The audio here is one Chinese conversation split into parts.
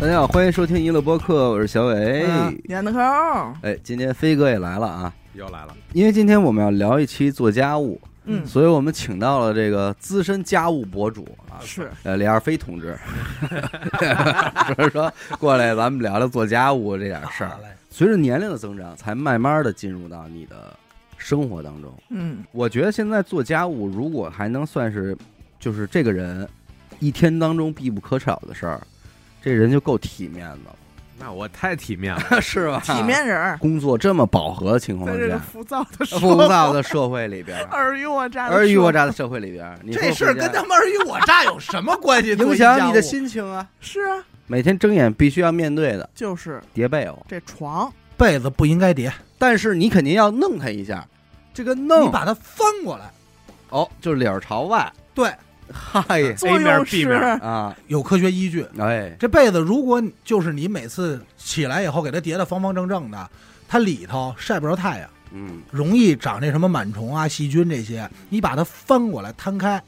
大家好，欢迎收听娱乐播客，我是小伟。嗯演的抠，哎，今天飞哥也来了啊，又来了，因为今天我们要聊一期做家务，嗯，所以我们请到了这个资深家务博主啊，是呃，李二飞同志， 所以说过来咱们聊聊做家务这点事儿。随着年龄的增长，才慢慢的进入到你的生活当中。嗯我觉得现在做家务，如果还能算是就是这个人一天当中必不可少的事儿，这人就够体面的那我太体面了。了， 是吧？体。面人儿，工作这么饱和的情况在这个下，浮躁的社浮躁的的社会里边儿， 尔虞我诈的社会，尔虞我诈的社会里边儿，你说这事儿回家跟他妈尔虞我诈有什么关系？影响你的心情啊！是啊，每天睁眼必须要面对的就是叠被窝，这床被子不应该叠，但是你肯定要弄它一下，这个你弄把它翻过来。哦，就是脸儿朝外，对，嗨呀作面用 B 面是啊，有科学依据。哎，这被子如果就是你每次起来以后给它叠得方方正正的，它里头晒不着太阳，嗯，容易长那什么螨虫啊、细菌这些。你把它翻过来摊开，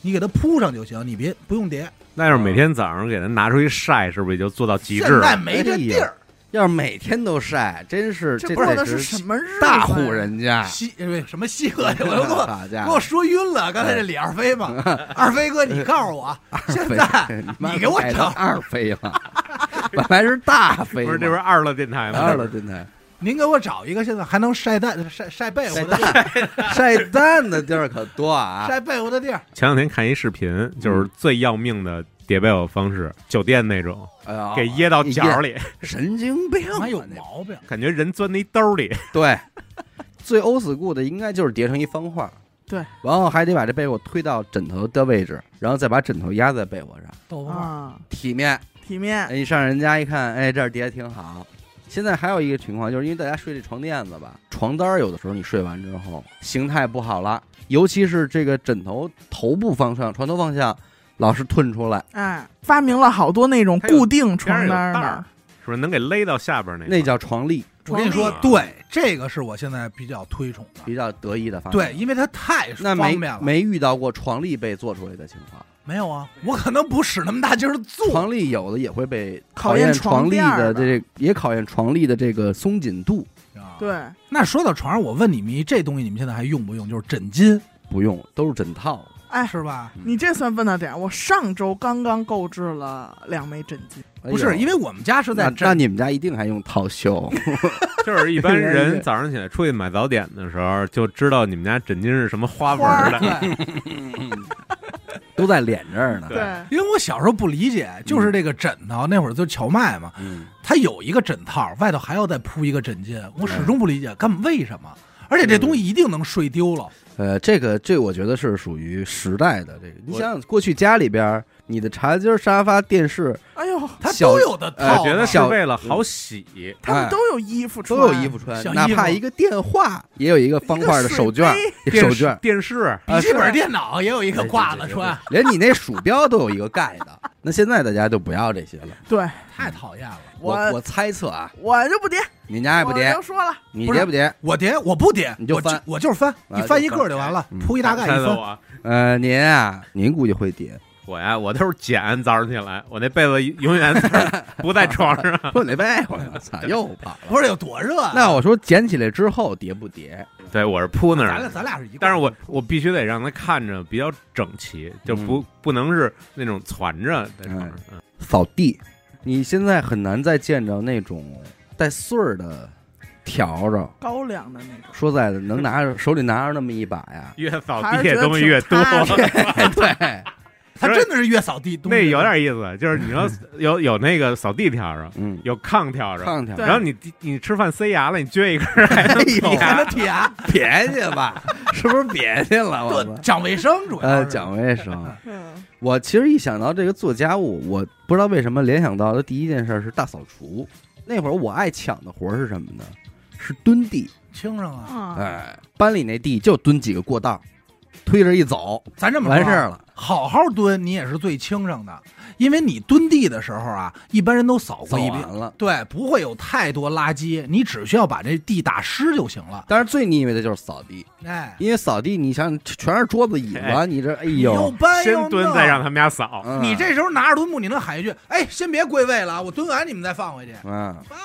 你给它铺上就行，你别不用叠。那要是每天早上给它拿出去晒，是不是也就做到极致现在了？没这地儿，要是每天都晒，真是这这过的得是是什么日子呀大户？人家，西对呃什么西河去， 我都给 我好家给伙我，说晕了。刚才这李二飞嘛，二飞哥，你告诉我，现在 妈你给我改成整二飞了， 本来是 大飞不嘛，是，这不是二了电台吗？二了电台，您给我找一个现在还能晒蛋、晒晒被窝晒的地儿，蛋晒蛋的地儿可多啊，晒被窝的地儿，前两天看一视频，就是最要命的叠被窝方式，酒店那种，哎呀给掖到角里，神经病他啊，妈有那毛病。感觉人钻那兜里。对，最 old school 的应该就是叠成一方块儿，对，然后还得把这被窝推到枕头的位置，然后再把枕头压在被窝上，豆花啊，体面。体面哎，你上人家一看，哎，这儿叠的挺好。现在还有一个情况，就是因为大家睡这床垫子吧，床单儿有的时候你睡完之后形态不好了，尤其是这个枕头头部方向、床头方向老是褪出来，哎，发明了好多那种还有固定床单边上儿有带儿的，是不是能给勒到下边那那那叫床笠，我跟你说床，垫对，啊这个是我现在比较推崇的。比较得意的方对，。因为它太啊那方没便了。没遇到过床笠被做出来的情况。没有啊，我可能不使那么大劲儿做。床笠有的也会被考验验床床笠垫儿的的这也考验床笠的这个松紧度，啊，对，那说到床上，我问你们，这东西你们现在还用不用？就是枕巾，不用都是枕套的。哎。是吧？你这算问到点儿，我上周刚刚购置了两枚枕巾，哎呦不是，因为我们家是在那那枕，你们家一定还用套袖， 就是一般人家人早上起来出去买早点的时候，就知道你们家枕巾是什么花纹儿的。对，都在脸这儿呢。 对因为我小时候不理解，就是这个枕头那会儿就荞麦嘛，嗯，它有一个枕套，外头还要再铺一个枕巾，我始终不理解，干嘛为什么？而且这东西一定能睡丢了，呃，这个这我觉得是属于时代的这个。你我想想，过去家里边儿，你的茶几儿、沙发、电视哎呦，它小都有的套哎呢。我呃觉得是小为了好洗，他哎们都有衣服都穿，有衣服穿，小哪衣服怕一个电话也有一个方块的手绢儿一手个，电视绢儿，电视啊笔记是本电脑也有一个挂子穿，连你那鼠标都有一个盖的。那现在大家就不要这些了。对太讨厌了。我我我猜测啊，我就不叠，你家也不叠我就，说了，你不是叠不叠？我叠我不叠，你就我翻我就是翻，啊你翻一个儿就完了就，翻铺一大概猜一测翻我。啊，呃，您啊，您估计会叠。我呀，我都是捡。早上起来，我那被子永远不在床上。说你那被窝，我操，又跑了。不是有多热啊？那我说捡起来之后叠不叠？对，我是铺那咱俩儿。咱俩是一块儿，但是我我必须得让它看着比较整齐，就不、嗯不能是那种攒着在床上。哎嗯？扫地，你现在很难再见着那种带穗儿的笤帚。高粱的那种。说在的，能拿着手里拿着那么一把呀哎越扫还是地觉得东西越挺多，差的 对，他真的是越扫地东西那有点意思。就是你要有有那个扫地笤帚，嗯，有炕笤帚，看看，对然后你你吃饭塞牙了，你撅一根儿还能啊 走哎你还牙能舔，别去吧，是不是别去了？我对们讲卫生主要哦 呃，是讲卫生。嗯，我其实一想到这个做家务，我不知道为什么联想到的第一件事是大扫除。那会儿我爱抢的活儿是什么呢？是蹲地。轻上啊，哎啊，哎，班里那地就蹲几个过道，推着一走，咱这么说完啊事儿了。好好蹲，你也是最轻省的，因为你蹲地的时候啊，一般人都扫走过一完遍，了。对，不会有太多垃圾，你只需要把这地打湿就行了。但是最腻歪的就是扫地，哎，因为扫地，你想全是桌子椅子，哎你这哎又呦，搬又先蹲弄再让他们家扫，嗯你这时候拿着墩布，你能喊一句：“哎，先别归位了，我蹲完你们再放回去。嗯”，犯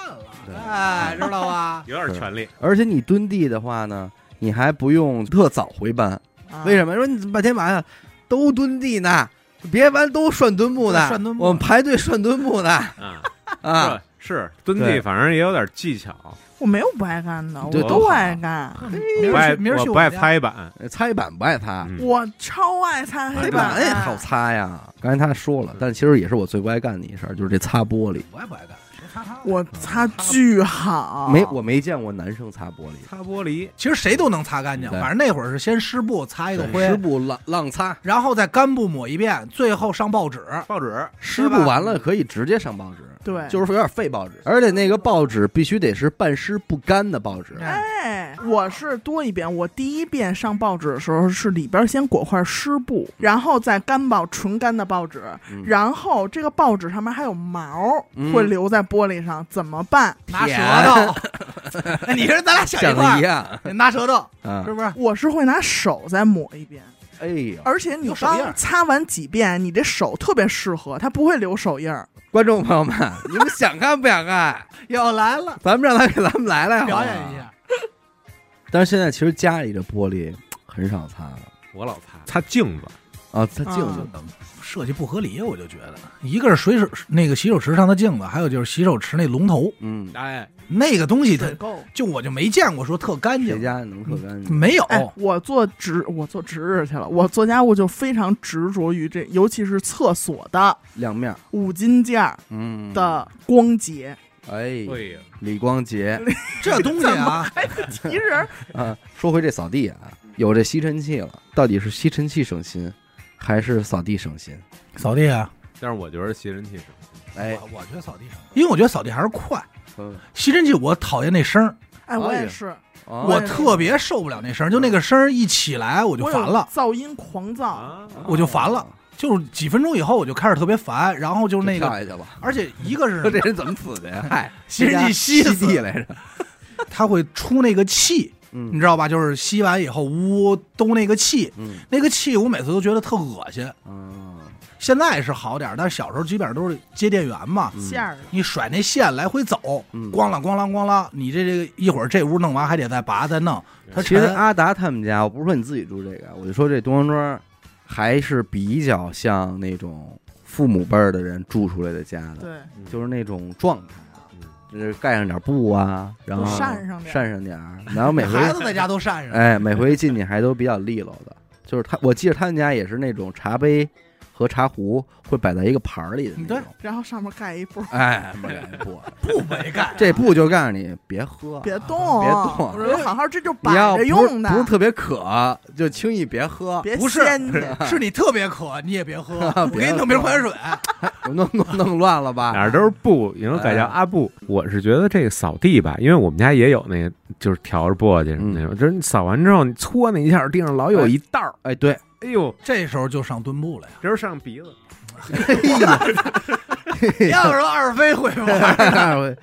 对了，哎，知道吧？有点权利。 而且你蹲地的话呢，你还不用特早回班，啊为什么？说你怎么半天晚上都蹲地呢，别班都涮墩布呢，涮墩布我们排队涮墩布 呢啊，啊，是蹲对地，反正也有点技巧。我没有不爱干的，我对都爱干。明不儿爱，去明儿我去不爱们家。拍板，擦一板不爱擦，嗯我超爱擦黑黑板板，也好擦呀。哎刚才他说了，但其实也是我最不爱干的一事儿，就是这擦玻璃。我也不爱干，谁擦擦？嗯我擦巨哦好。没，我没见过男生擦玻璃，擦玻璃，其实谁都能擦干净，对反正那会儿是先湿布擦一个湿灰，布浪浪擦，然后再干布抹一遍，最后上报纸。报纸湿布完了可以直接上报纸，对，就是有点费报纸，而且那个报纸必须得是半湿不干的报纸。哎哎，我是多一遍。我第一遍上报纸的时候是里边先裹块湿布，然后再干报纯干的报纸，嗯然后这个报纸上面还有毛嗯会留在玻璃上，怎么办？拿舌头，哎你说咱俩想想一块的一儿，样拿舌头啊是！不是？我是会拿手再抹一遍，哎呦，而且你有手印刚儿擦完几遍，你这手特别适合，它不会留手印儿。观众朋友 们，你们想看不想看？又来了，咱们让他给咱们来来好表吗演一。下。但是现在其实家里的玻璃很少擦了我老擦，擦镜子，啊，擦镜子啊设计不合理，我就觉得，一个是水手那个洗手池上的镜子，还有就是洗手池那龙头，嗯，哎，那个东西它水够。就我就没见过说特干谁净，家能特干净？没有。哎，我做值，我做值日去了。我做家务就非常执着于这，尤其是厕所的亮面儿，五金件儿嗯，的光洁。哎，对呀，李光洁这东西啊，其实啊，说回这扫地啊，有这吸尘器了，到底是吸尘器省心，还是扫地省心？扫地啊，但是我觉得吸尘器是哎，我我觉得扫地省，因为我觉得扫地还是快。嗯吸尘器我讨厌那声儿，哎，我哎也呀是，哦嗯我特别受不了那声儿，就那个声儿一起来我就我有烦了，噪音狂躁。啊，我就烦了，就是几分钟以后我就开始特别烦，然后就是那哦跳个，下去了。 而且一个说这是人怎么死的呀？嗨， 吸尘器吸死地啊来着。它会出那个气，你嗯知道吧？就是吸完以后呜兜那个气，嗯那个气我每次都觉得特恶心。嗯现在是好点儿，但是小时候基本上都是接电源嘛，嗯馅儿的，你甩那线来回走，嗯咣啷咣啷咣啷，你这这个一会儿这屋弄完还得再拔再弄，它其实沉阿达他们家，我不是说你自己住这个，我就说这东庄庄还是比较像那种父母辈儿的人住出来的家的，对，嗯就是那种状态。啊嗯就是盖上点布啊，然后都扇上点儿扇上点儿，然后每回孩子在家都扇上。哎，每回进去还都比较利落的，就是他，我记得他们家也是那种茶杯和茶壶会摆在一个盘儿里的那种。 然后上面盖 一布，哎，没敢不，不没干，这布就告诉你别喝，别动，别动我 说好好，这就摆你要不着是用的，不是特别渴，就轻易别喝，，别不是掀去。是你特别渴，你也别喝 我给你弄瓶矿泉水。我 弄弄弄乱了吧？啊哪儿都是布，以后改叫哎阿布。我是觉得这个扫地吧，因为我们家也有那个，就是笤帚簸箕什么那嗯种，就是你扫完之后，你搓那一下，地上老有一道儿，哎，对， 哎呦，这时候就上墩布了呀，这是上鼻子，哎要是说二飞会 玩，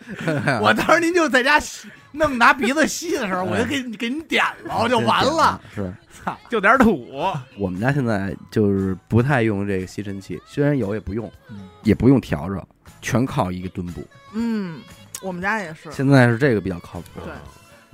我当时您就在家吸弄拿鼻子吸的时候，我就给你给你点了，我就完了。。 是操，就点 儿土，我们家现在就是不太用这个吸尘器，虽然有也不用嗯，也不用笤帚，全靠一个墩布。嗯，我们家 也是，现在是这个比较靠谱。对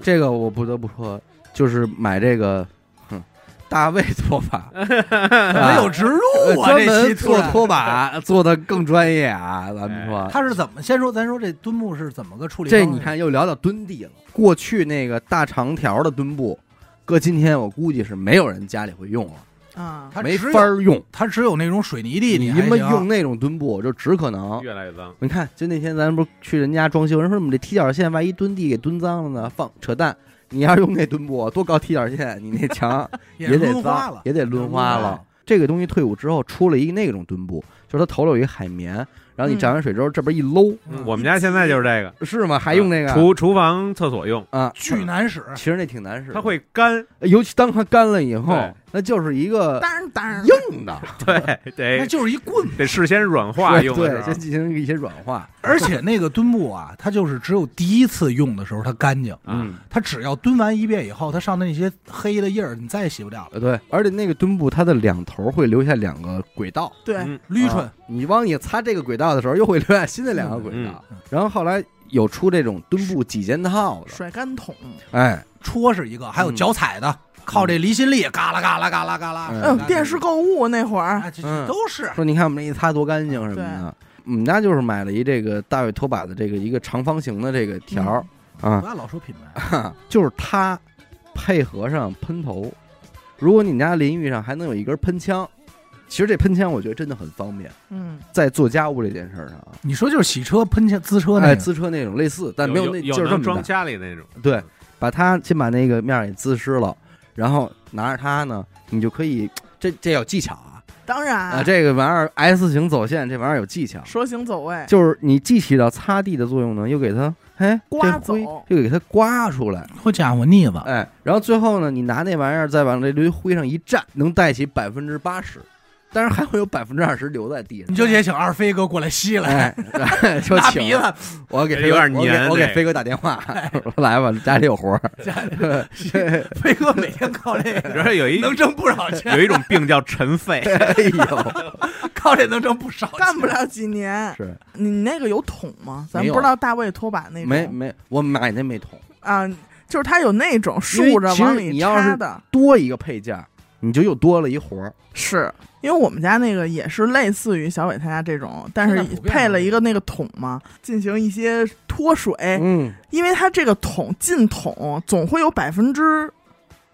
这个我不得不说，就是买这个，哼，大卫拖把， 没 没有植入啊，专这门期做拖脱。 把做的更专业啊。咱们说，他是怎么先说？咱说这墩布是怎么个处理？这你，看又聊到蹲地了。过去那个大长条的墩布，搁今天我估计是没有人家里会用了，啊，他没只有法儿用。他只有那种水泥地，你他还妈行用那种墩布，就只可能。越来越脏。你看，就那天咱不是去人家装修，人说我们这踢脚线万一蹲地给蹲脏了呢？放扯淡！你要用那墩布，多高踢脚线，你那墙也得抡花脏了，也得抡花抡花了了。这个东西退伍之后出了一那种墩布，就是它头里有一海绵，然后你蘸完水之后，这边一搂，嗯我们家现在就是这个，是吗？还用那个厨厨房厕所用，啊？ 巨难使，其实那挺难使的，它会干，尤其当它干了以后对，那就是一个当当，硬的，对，那哎哎得就是一棍子。得事先软化对用啊的时对，候，先进行一些软化，而且那个墩布啊，它就是只有第一次用的时候它干净，啊，嗯它只要蹲完一遍以后，它上的那些黑的印儿你再也洗不掉了。呃，对，而且那个墩布它的两头会留下两个轨道，对，嗯捋唇啊，你往你擦这个轨道的时候，又会留下新的两个轨道。嗯嗯然后后来有出这种墩布几件套的，甩干桶，哎，戳是一个，嗯还有脚踩的，靠这离心力，嘎啦嘎啦嘎啦嘎啦。嗯嗯，电视购物那会儿，啊，这嗯这都是说你看我们这一擦多干净什么的。我们家就是买了一这个大卫拖把的这个一个长方形的这个条嗯儿、不要老说品牌，啊，就是它配合上喷头。如果你们家淋浴上还能有一根喷枪，其实这喷枪我觉得真的很方便，嗯，在做家务这件事儿上啊，你说就是洗车喷枪滋车那哎，个，滋车那种类似，但没有那有就是这能么大装家里那种， 对，把它先把那个面儿给滋湿了，然后拿着它呢，你就可以，这这有技巧啊当然啊，这个玩意儿 S 型走线，这玩意儿有技巧，蛇形走位，就是你既起到擦地的作用呢，又给它哎刮这灰走又给它刮出来，好家伙腻子，哎，然后最后呢，你拿那玩意儿再往这堆灰上一站，能带起百分之八十，但是还会有百分之二十留在地上你。就得请二飞哥过来吸 哎，来，哎 就拿请鼻子我给这飞有哥点我给黏我给这个飞哥打电话， 我说来吧，家里有活儿。 飞哥每天靠这 你个知道有一能挣不 少钱，有一种病叫尘肺，哎呦，靠这能挣不少 钱，干不了几年。 是你那个有桶吗？咱没有啊不知道大卫拖把那种没没，我买那没桶，啊，就是它有那种因竖为着其实往你里要是插的，多一个配件儿，你就又多了一活儿。是因为我们家那个也是类似于小伟他家这种，但是现在普啊遍配都了是一个那个桶嘛，进行一些脱水，嗯，因为它这个桶进桶总会有百分之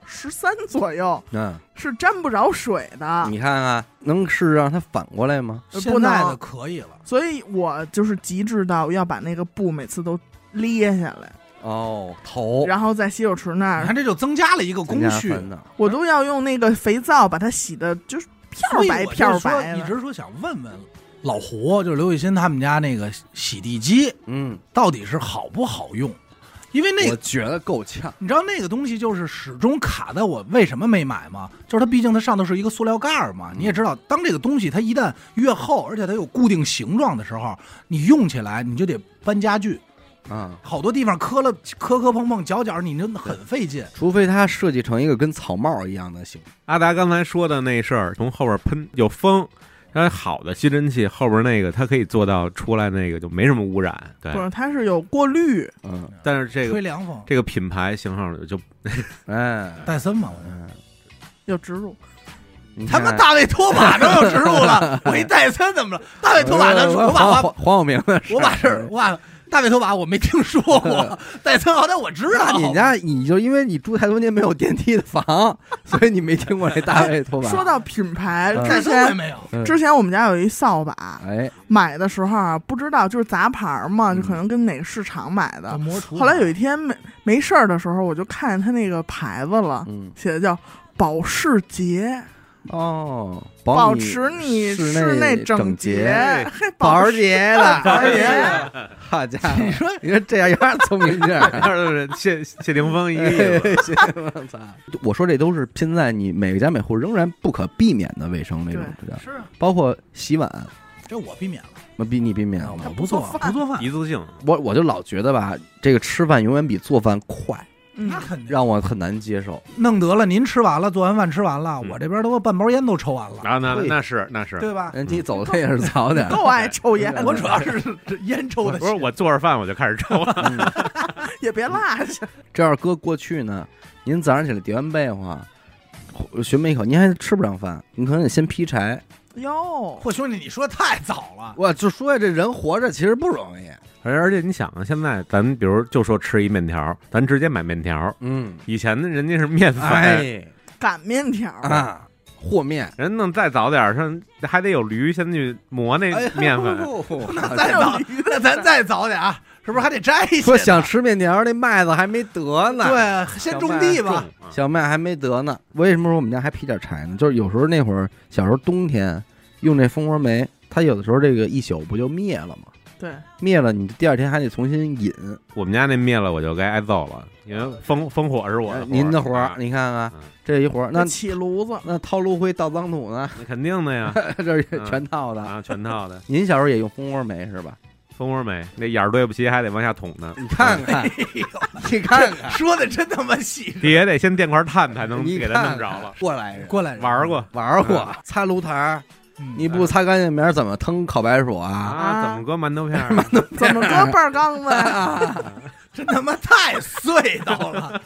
十三左右嗯，是沾不着水的，你看看，能是让它反过来吗？呃不现在的能，可以了，所以我就是极致到要把那个布每次都裂下来，哦，头然后在洗手池那你儿看，这就增加了一个工序。呢，我都要用那个肥皂把它洗的，就是所漂以白我就漂是说白一的。直说想问问老胡，就是刘雨欣他们家那个洗地机嗯，到底是好不好用？因为那我觉得够呛。你知道那个东西就是始终卡在我为什么没买吗？就是它毕竟它上头是一个塑料盖儿嘛。嗯你也知道，当这个东西它一旦越厚，而且它有固定形状的时候，你用起来你就得搬家具，啊，好多地方磕了磕磕碰碰角角，你就很费劲。除非它设计成一个跟草帽一样的形状。阿达刚才说的那事儿，从后边喷有风，它好的吸尘器后边那个，它可以做到出来那个就没什么污染。对不，是，它是有过滤，嗯，但是这吹个凉风，这个品牌型号的 就哎，戴森嘛，我觉得嗯，有植入。你他 看妈大卫拖把都有植入了，我一戴森怎么了？大卫拖把咱说，呃我把黄话黄黄晓明的事儿，我把事儿，我把大卫拖把我没听说过，戴森好歹我知那道。你家你就因为你住太多年没有电梯的房， 所以你没听过这大卫拖把。说到品牌，嗯戴之森我也前没有，嗯之前我们家有一扫把，哎，买的时候啊不知道就是杂牌儿嘛，嗯就可能跟哪个市场买的。魔厨后来有一天没没事儿的时候，我就看见它那个牌子了， 嗯，写的叫保时捷，哦，保你持你室室内整洁，哎嘿， 保保时捷的，保时捷， 好家伙，你说你说这样有点聪明劲 儿。啊就是谢谢霆锋一哎个意思。我操！ 我说这都是现在你每个家每户仍然不可避免的卫生那种，对对是啊包括洗碗，这我避免了，我比你避免了。嗯我不做不做不做饭，一次 性我我就老觉得吧，这个吃饭永远比做饭快，嗯那，肯定让我很难接受。弄得了。您吃完了，做完饭吃完了，嗯我这边都半包烟都抽完了，啊，那对那是那是，对吧？哎嗯你走的也是早 点儿，够爱抽烟的，我主要是这烟抽的不是我做着饭我就开始抽了，嗯也别落下。这要是搁过去呢，您早上起来叠完被话，寻摸一口，您还吃不上饭，你可能得先劈柴。哟，嚯，兄弟，你说太早了，我就说呀，这人活着其实不容易。 而而且你想啊，现在咱们比如就说吃一面条，咱直接买面条。嗯，以前的人家是面粉，哎擀面条儿，啊，和面，人弄再早点儿上还得有驴先去磨那哎面粉。不不不那咱早，那咱再早点啊，是不是还得摘一 些？说想吃面条，那麦子还没得呢。。对，先种地吧。重啊小麦还没得呢，为什么说我们家还劈点柴呢？就是有时候那会儿小时候冬天用这蜂窝煤它有的时候这个一宿不就灭了吗？对，灭了，你第二天还得重新引。我们家那灭了，我就该挨揍了，因为烽烽火是我的哎您的的活儿，你看看嗯这一活儿，那起 炉子，那掏炉灰倒脏土呢？ 那肯定的呀，这是嗯全套的。啊，全套的。您小时候也用蜂窝煤是吧？蜂窝煤那眼儿对不齐，还得往下捅呢，你看看， 你看看，哎说的真他妈细致。底下得先垫块炭才能你给它弄着了。过来人过来人玩儿过哎玩儿过，擦炉台儿，嗯你不擦干净，明儿怎么腾烤白薯啊？啊，怎么搁馒头 片儿啊？怎么搁半缸子呀？真他妈太碎叨了，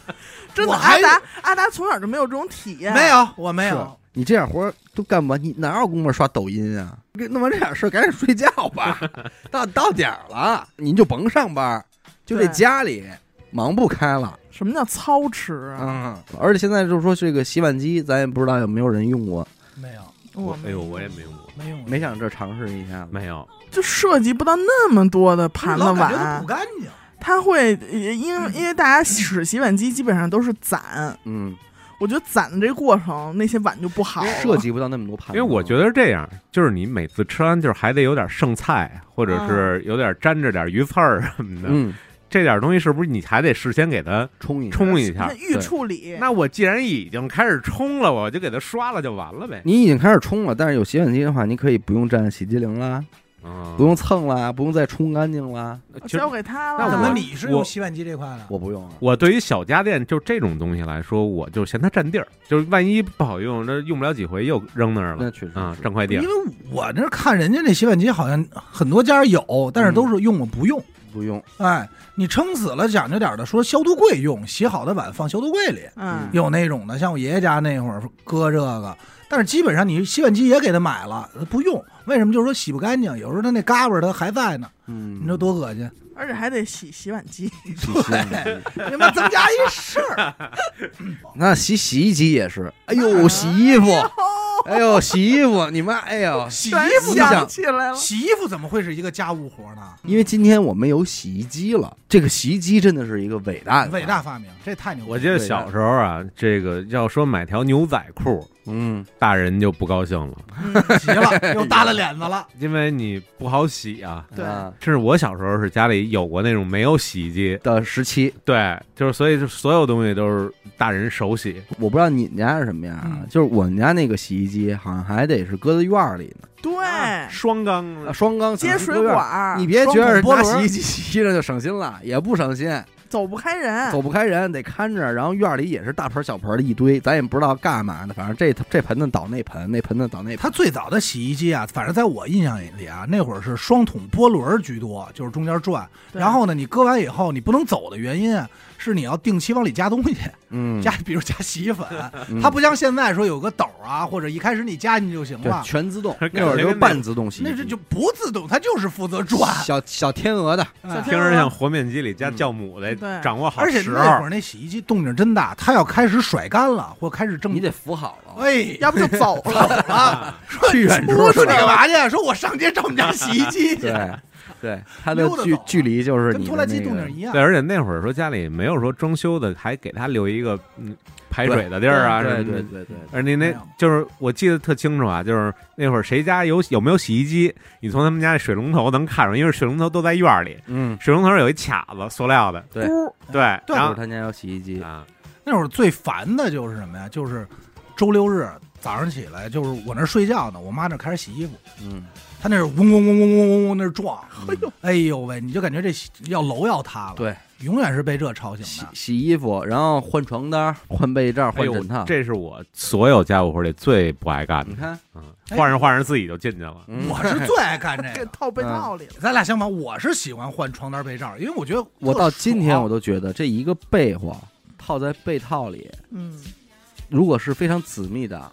真的，我阿还达阿达从小就没有这种体验，没有，我没是有。你这点活儿都干不完，你哪有功夫刷抖音啊？给弄完这点事儿，赶紧睡觉吧。到到点儿了，您就甭上班儿，就这对家里忙不开了。什么叫操持啊？嗯，而且现在就是说这个洗碗机，咱也不知道有没有人用过，没有，我哎呦，我也没用过，没用过，没想这尝试一下子。没有。就涉及不到那么多的盘子老感觉它碗不，干净。它会因为因为大家使洗碗机基本上都是攒，嗯，我觉得攒的这个过程那些碗就不好了，涉及不到那么多盘子。因为我觉得是这样，就是你每次吃完，就是还得有点剩菜，或者啊是有点沾着点鱼刺儿什么的。嗯，这点东西是不是你还得事先给它冲一下冲一下那？预处理，那我既然已经开始冲了，我就给它刷了就完了呗。你已经开始冲了，但是有洗碗机的话，你可以不用蘸洗涤灵啦，嗯，不用蹭啦，不用再冲干净啦。其实交给他了。那我怎么你是我用洗碗机这块的？我不用啊，我对于小家电就这种东西来说，我就嫌它占地儿，就是万一不好用，这用不了几回又扔那儿了那确实啊，是占块地因儿。为我那看人家那洗碗机好像很多家有，但是都是用我不用。不用。哎，你撑死了讲究点的，说消毒柜用，洗好的碗放消毒柜里，嗯，有那种的，像我爷爷家那会儿搁这个。但是基本上你洗碗机也给他买了，不用。为什么？就是说洗不干净，有时候他那嘎巴儿它还在呢，嗯，你说多恶心！而且还得洗洗碗机，洗洗碗机你妈增加一事儿，那洗洗衣机也是，哎呦，洗衣服，哎呦，洗衣服，你妈，哎呦，洗全衣服呢想起来了。洗衣服怎么会是一个家务活呢？因为今天我们有洗衣机了，这个洗衣机真的是一个伟大的伟哎大，发明，这太牛！我记得小时候啊，这个要说买条牛仔裤，嗯，大人就不高兴了，急了，又耷拉脸子了。因为你不好洗啊。对啊这是我小时候是家里有过那种没有洗衣机，的时期，对，就是所以就所有东西都是大人手洗，我不知道你们家是什么样啊，嗯就是我们家那个洗衣机好像还得是搁在院儿里呢，对，双缸呃啊双缸接水搁管院儿。儿你别觉得双拿筒菠萝洗衣机洗着就省心了，也不省心，走不开人，走不开人，得看着。然后院儿里也是大盆小盆的一堆，咱也不知道干嘛呢，反正这这盆子倒那盆，那盆子倒那盆。它最早的洗衣机啊，反正在我印象里啊，那会儿是双筒波轮儿居多，就是中间转。对然后呢，你搁完以后，你不能走的原因啊，是你要定期往里加东西， 嗯，加比如加洗衣粉，嗯它不像现在说有个斗儿啊，或者一开始你加进去就行对了，全自 动感，觉那会儿就是半自动洗衣机，那是就不自动，它就是负责转。小小天鹅的，小哎天听着像和面机里加嗯酵母的，对掌握好而且时那会候儿。那洗衣机动静真大，它要开始甩干了，或开始正你得扶好了，哎要不就走了。 啊，说去远处出甩去干嘛去？啊说我上街找我们家洗衣机去， 对 对，它的溜达距走了距离就是跟你拖的拉那机动个静一样对，。而且那会儿说家里没有说装修的，还给他留一个嗯排水的地儿啊对什么对对的。对，对而你那没有就是我记得特清楚啊，就是那会儿谁家有有没有洗衣机，你从他们家那水龙头能看出来，因为水龙头都在院儿里，嗯，水龙头上有一卡子，塑料的，对屋对，就然对是后他家有洗衣机，啊，那会儿最烦的就是什么呀？就是周六日早上起来，就是我那儿睡觉呢，我妈那儿开始洗衣服，嗯，她那是嗡嗡嗡嗡嗡嗡嗡那儿撞，哎呦，哎呦喂，你就感觉这洗要楼要塌了，对，永远是被这吵洗醒的。洗衣服，然后换床单，换被罩，哎换呦枕套，这是我所有家务活里最不爱干你的，看，嗯，哎换着换着自己就进去了，嗯我是最爱干这给个。套被套里了。咱俩相反，我是喜欢换床单被罩，因为我觉得 我到今天我都都觉得这一个被窝套在被套里，嗯，如果是非常紧密的，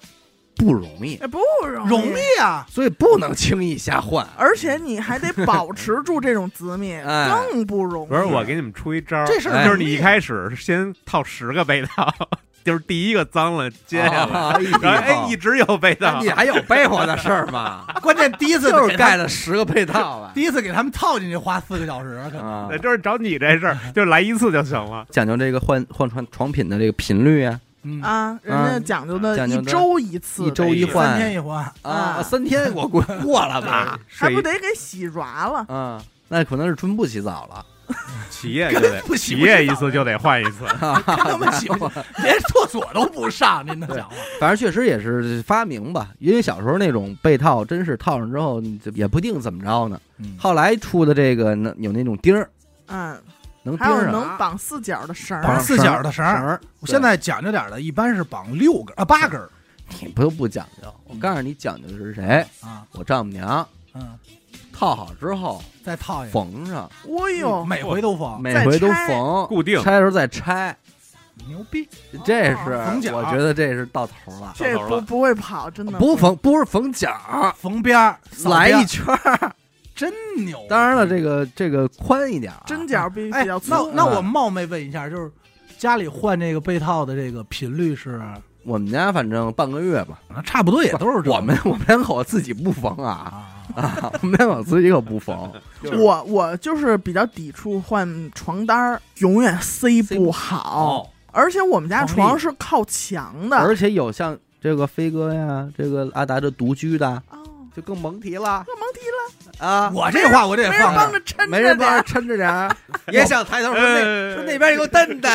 不容易，也哎不容容易啊，所以不能轻易瞎换。而且你还得保持住这种紫米，哎更不容易。不是我给你们出一招儿，这事儿哎就是你一开始先套十个被套， 就是第一个脏了接下来，啊，一然后 哎一直有被那套你，还有被窝的事儿吗？啊 关键第一次就是给他盖了十个被套吧第。一次给他们套进去花四个小时，可能啊哎对就是找你这事儿，就来一次就行了。讲究这个换换床床品的这个频率啊，嗯，啊，人家讲究的讲究一的周一次，一周一换三天一换，啊，啊三天我过过了吧？还睡不得给洗软了？啊，那可能是春不洗澡了。起夜就得不起洗不洗夜一次就得换一 次，跟他们 喜欢，连厕所都不上，您能想吗？反正确实也是发明吧，因为小时候那种被套，真是套上之后你就也不定怎么着呢。嗯后来出的这个能有那种钉儿，嗯，能钉还有上能绑四角的绳绑儿，四角的绳儿绳儿。我现在讲究点儿的，一般是绑六根儿啊八根儿你不用不讲究，我告诉你讲究的是谁，啊，我丈母娘嗯，套好之后再套一个，哎缝哎上，哦呦，每回都缝，每回都缝，固定拆的时候再拆，牛逼，这哦缝是角我觉得这是到头了，这到头不了不会跑，真的不缝不是缝角儿，缝边儿扫啊来边儿一圈儿，真牛。当然了，这个这个宽一点儿，啊针脚比哎，比较粗。那那嗯我冒昧问一下，就是家里换这个被套的这个频率是，我们家反正半个月吧，啊差不多也都是这我们我们两口自己不缝啊啊，啊，我们两口自己可不 缝，我我就是比较抵触换床单儿，永远塞塞不不好，而且我们家床床立是靠墙的。而且有像这个飞哥呀，这个阿达这独居的，哦，就更甭提了那蒙提了，啊，我这话我得没人放帮着。着撑没着人帮着点。抻着点儿， 也想抬头说那呃说那边有个蹬的，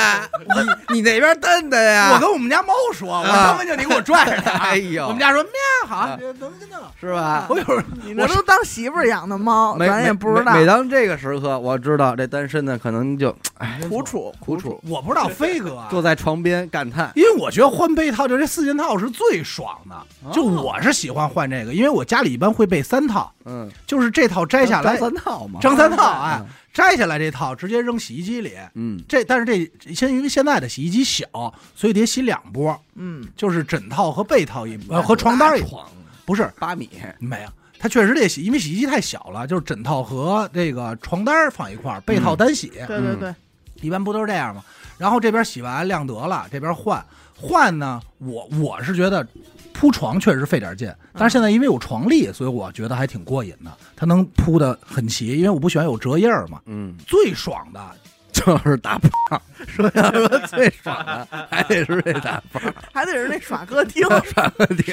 你你那边蹬的呀？我跟我们家猫说，我啊他妈就你给我拽着它。 哎呦我们家说喵好啊，能真的。是吧？我有时候你那都当媳妇儿养的猫，每咱也每不知每道每当这个时刻，我知道这单身的可能就哎苦楚苦楚，我不知道飞哥啊，坐在床边感叹。因为我觉得换被套就这四件套是最爽哦的，就我是喜欢换这个，因为我家里一般会备三套，嗯，就是这套摘下来张，三套嘛，张三套哎嗯，摘下来这套直接扔洗衣机里。嗯，这但是这先因为现在的洗衣机小，所以得洗两波，嗯，就是枕套和被套一呃和床单一嗯床不是八米，没有，它确实得洗，因为洗衣机太小了，就是枕套和这个床单放一块儿，被嗯套单洗。对对对，一般不都是这样吗？然后这边洗完晾得了，这边换换呢，我我是觉得铺床确实费点劲，但是现在因为有床笠，所以我觉得还挺过瘾的，它能铺的很齐，因为我不喜欢有折页儿嘛。嗯，最爽的就是打胖，说要说最爽的还得是这打胖，还得是那耍歌厅，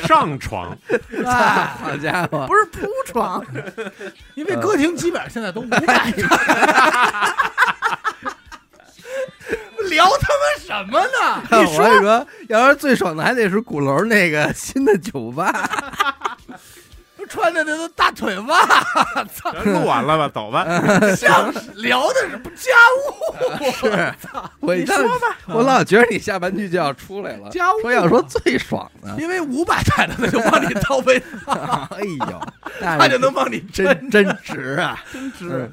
上床，好家伙，不是铺床，因为歌厅基本上现在都无摆摊。 聊他妈什么呢？我跟你说，要是最爽的还得是鼓楼那个新的酒吧，都穿的那都大腿袜，录完了吧，走吧。 像是聊的是不家务。是，我一你说吧，我老觉得你下半句就要出来了，家务说要说最爽的，因为五百台的他就帮你倒杯，哎 呦，那他就能帮你真真值啊， 真值。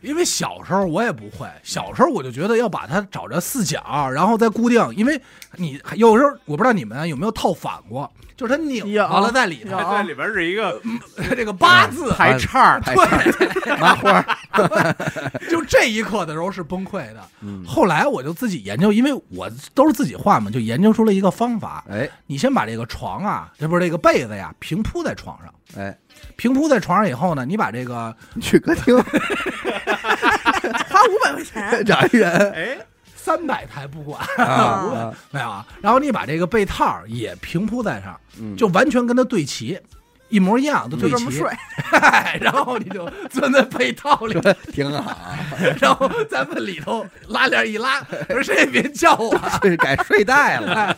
因为小时候我也不会，小时候我就觉得要把它找着四角，然后再固定。因为你有时候我不知道你们啊有没有套反过，就是它拧有完了在里头有，嗯这里边是一个这个八字，嗯啊排叉，太爽了 麻花 儿，就这一刻的时候是崩溃的。嗯后来我就自己研究，因为我都是自己画嘛，就研究出了一个方法。哎你先把这个床啊，这不是这个被子呀，平铺在床上，哎，平铺在床上以后呢，你把这个你去歌 厅花五百块 钱，找一 人哎，三百台不管，啊，没有啊，然后你把这个被套儿也平铺在上，嗯就完全跟它对齐，一模一样都就对这么齐，睡。 然后你就钻在被套里，挺好，然后咱们里头拉链一拉，说谁也别叫我，睡改睡袋 了。哎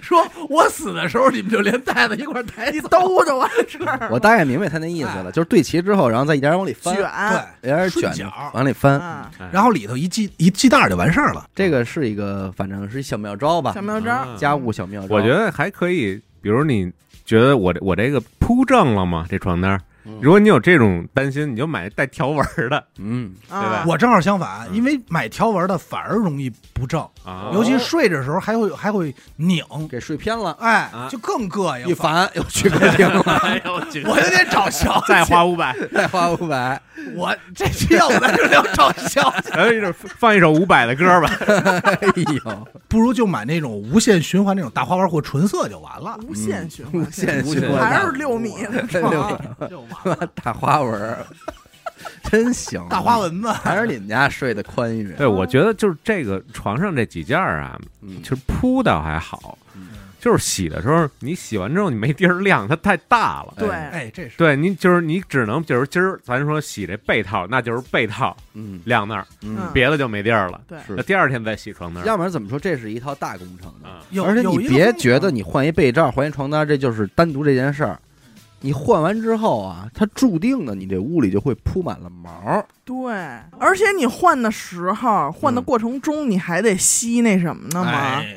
说我死的时候你们就连带子一块儿抬走，兜着 我这儿，我大概明白他那意思了，就是对齐之后，然后再一点点往里翻，哎卷，一点点卷对，顺着角儿，往里翻。嗯啊，然后里头一系一系带儿就完事儿了。这个是一个，反正是小妙招吧小，妙招，家务小妙招。我觉得还可以，比如你觉得我这我这个铺正了吗？这床单儿嗯，如果你有这种担心，你就买带条纹儿的嗯，啊，我正好相反，嗯因为买条纹的反而容易不正，啊，尤其睡着时候还会还会拧，给睡偏了，哎啊，就更膈应。一烦又去客厅了， 哎呦，我有点找小 再花五 百，再花五百， 我这期要不咱就聊找小姐，哎，这放一首伍佰的歌吧。哎呦， 不如就买那种无限循环那种大花纹或纯色就完了，无限循环，无限循嗯环哎还是六米的六床，米就完了。大花纹儿，真行，啊大花，纹子，还是你们家睡的宽裕。 对，我觉得就是这个床上这几件儿啊，嗯其实铺倒还好嗯，就是洗的时候，你洗完之后你没地儿晾，它太大了。对，哎，这是对你就是你只能就是今儿咱说洗这被套，那就是被套嗯晾那儿，嗯，别的就没地儿了。对是那第二天再洗床单儿要不然怎么说这是一套大工程呢？啊，呃嗯有而且有你一个别风格觉得你换一被罩、换一床单，这就是单独这件事儿。你换完之后啊，它注定的你这屋里就会铺满了毛。对，而且你换的时候，换的嗯过程中，你还得吸那什么呢嘛，哎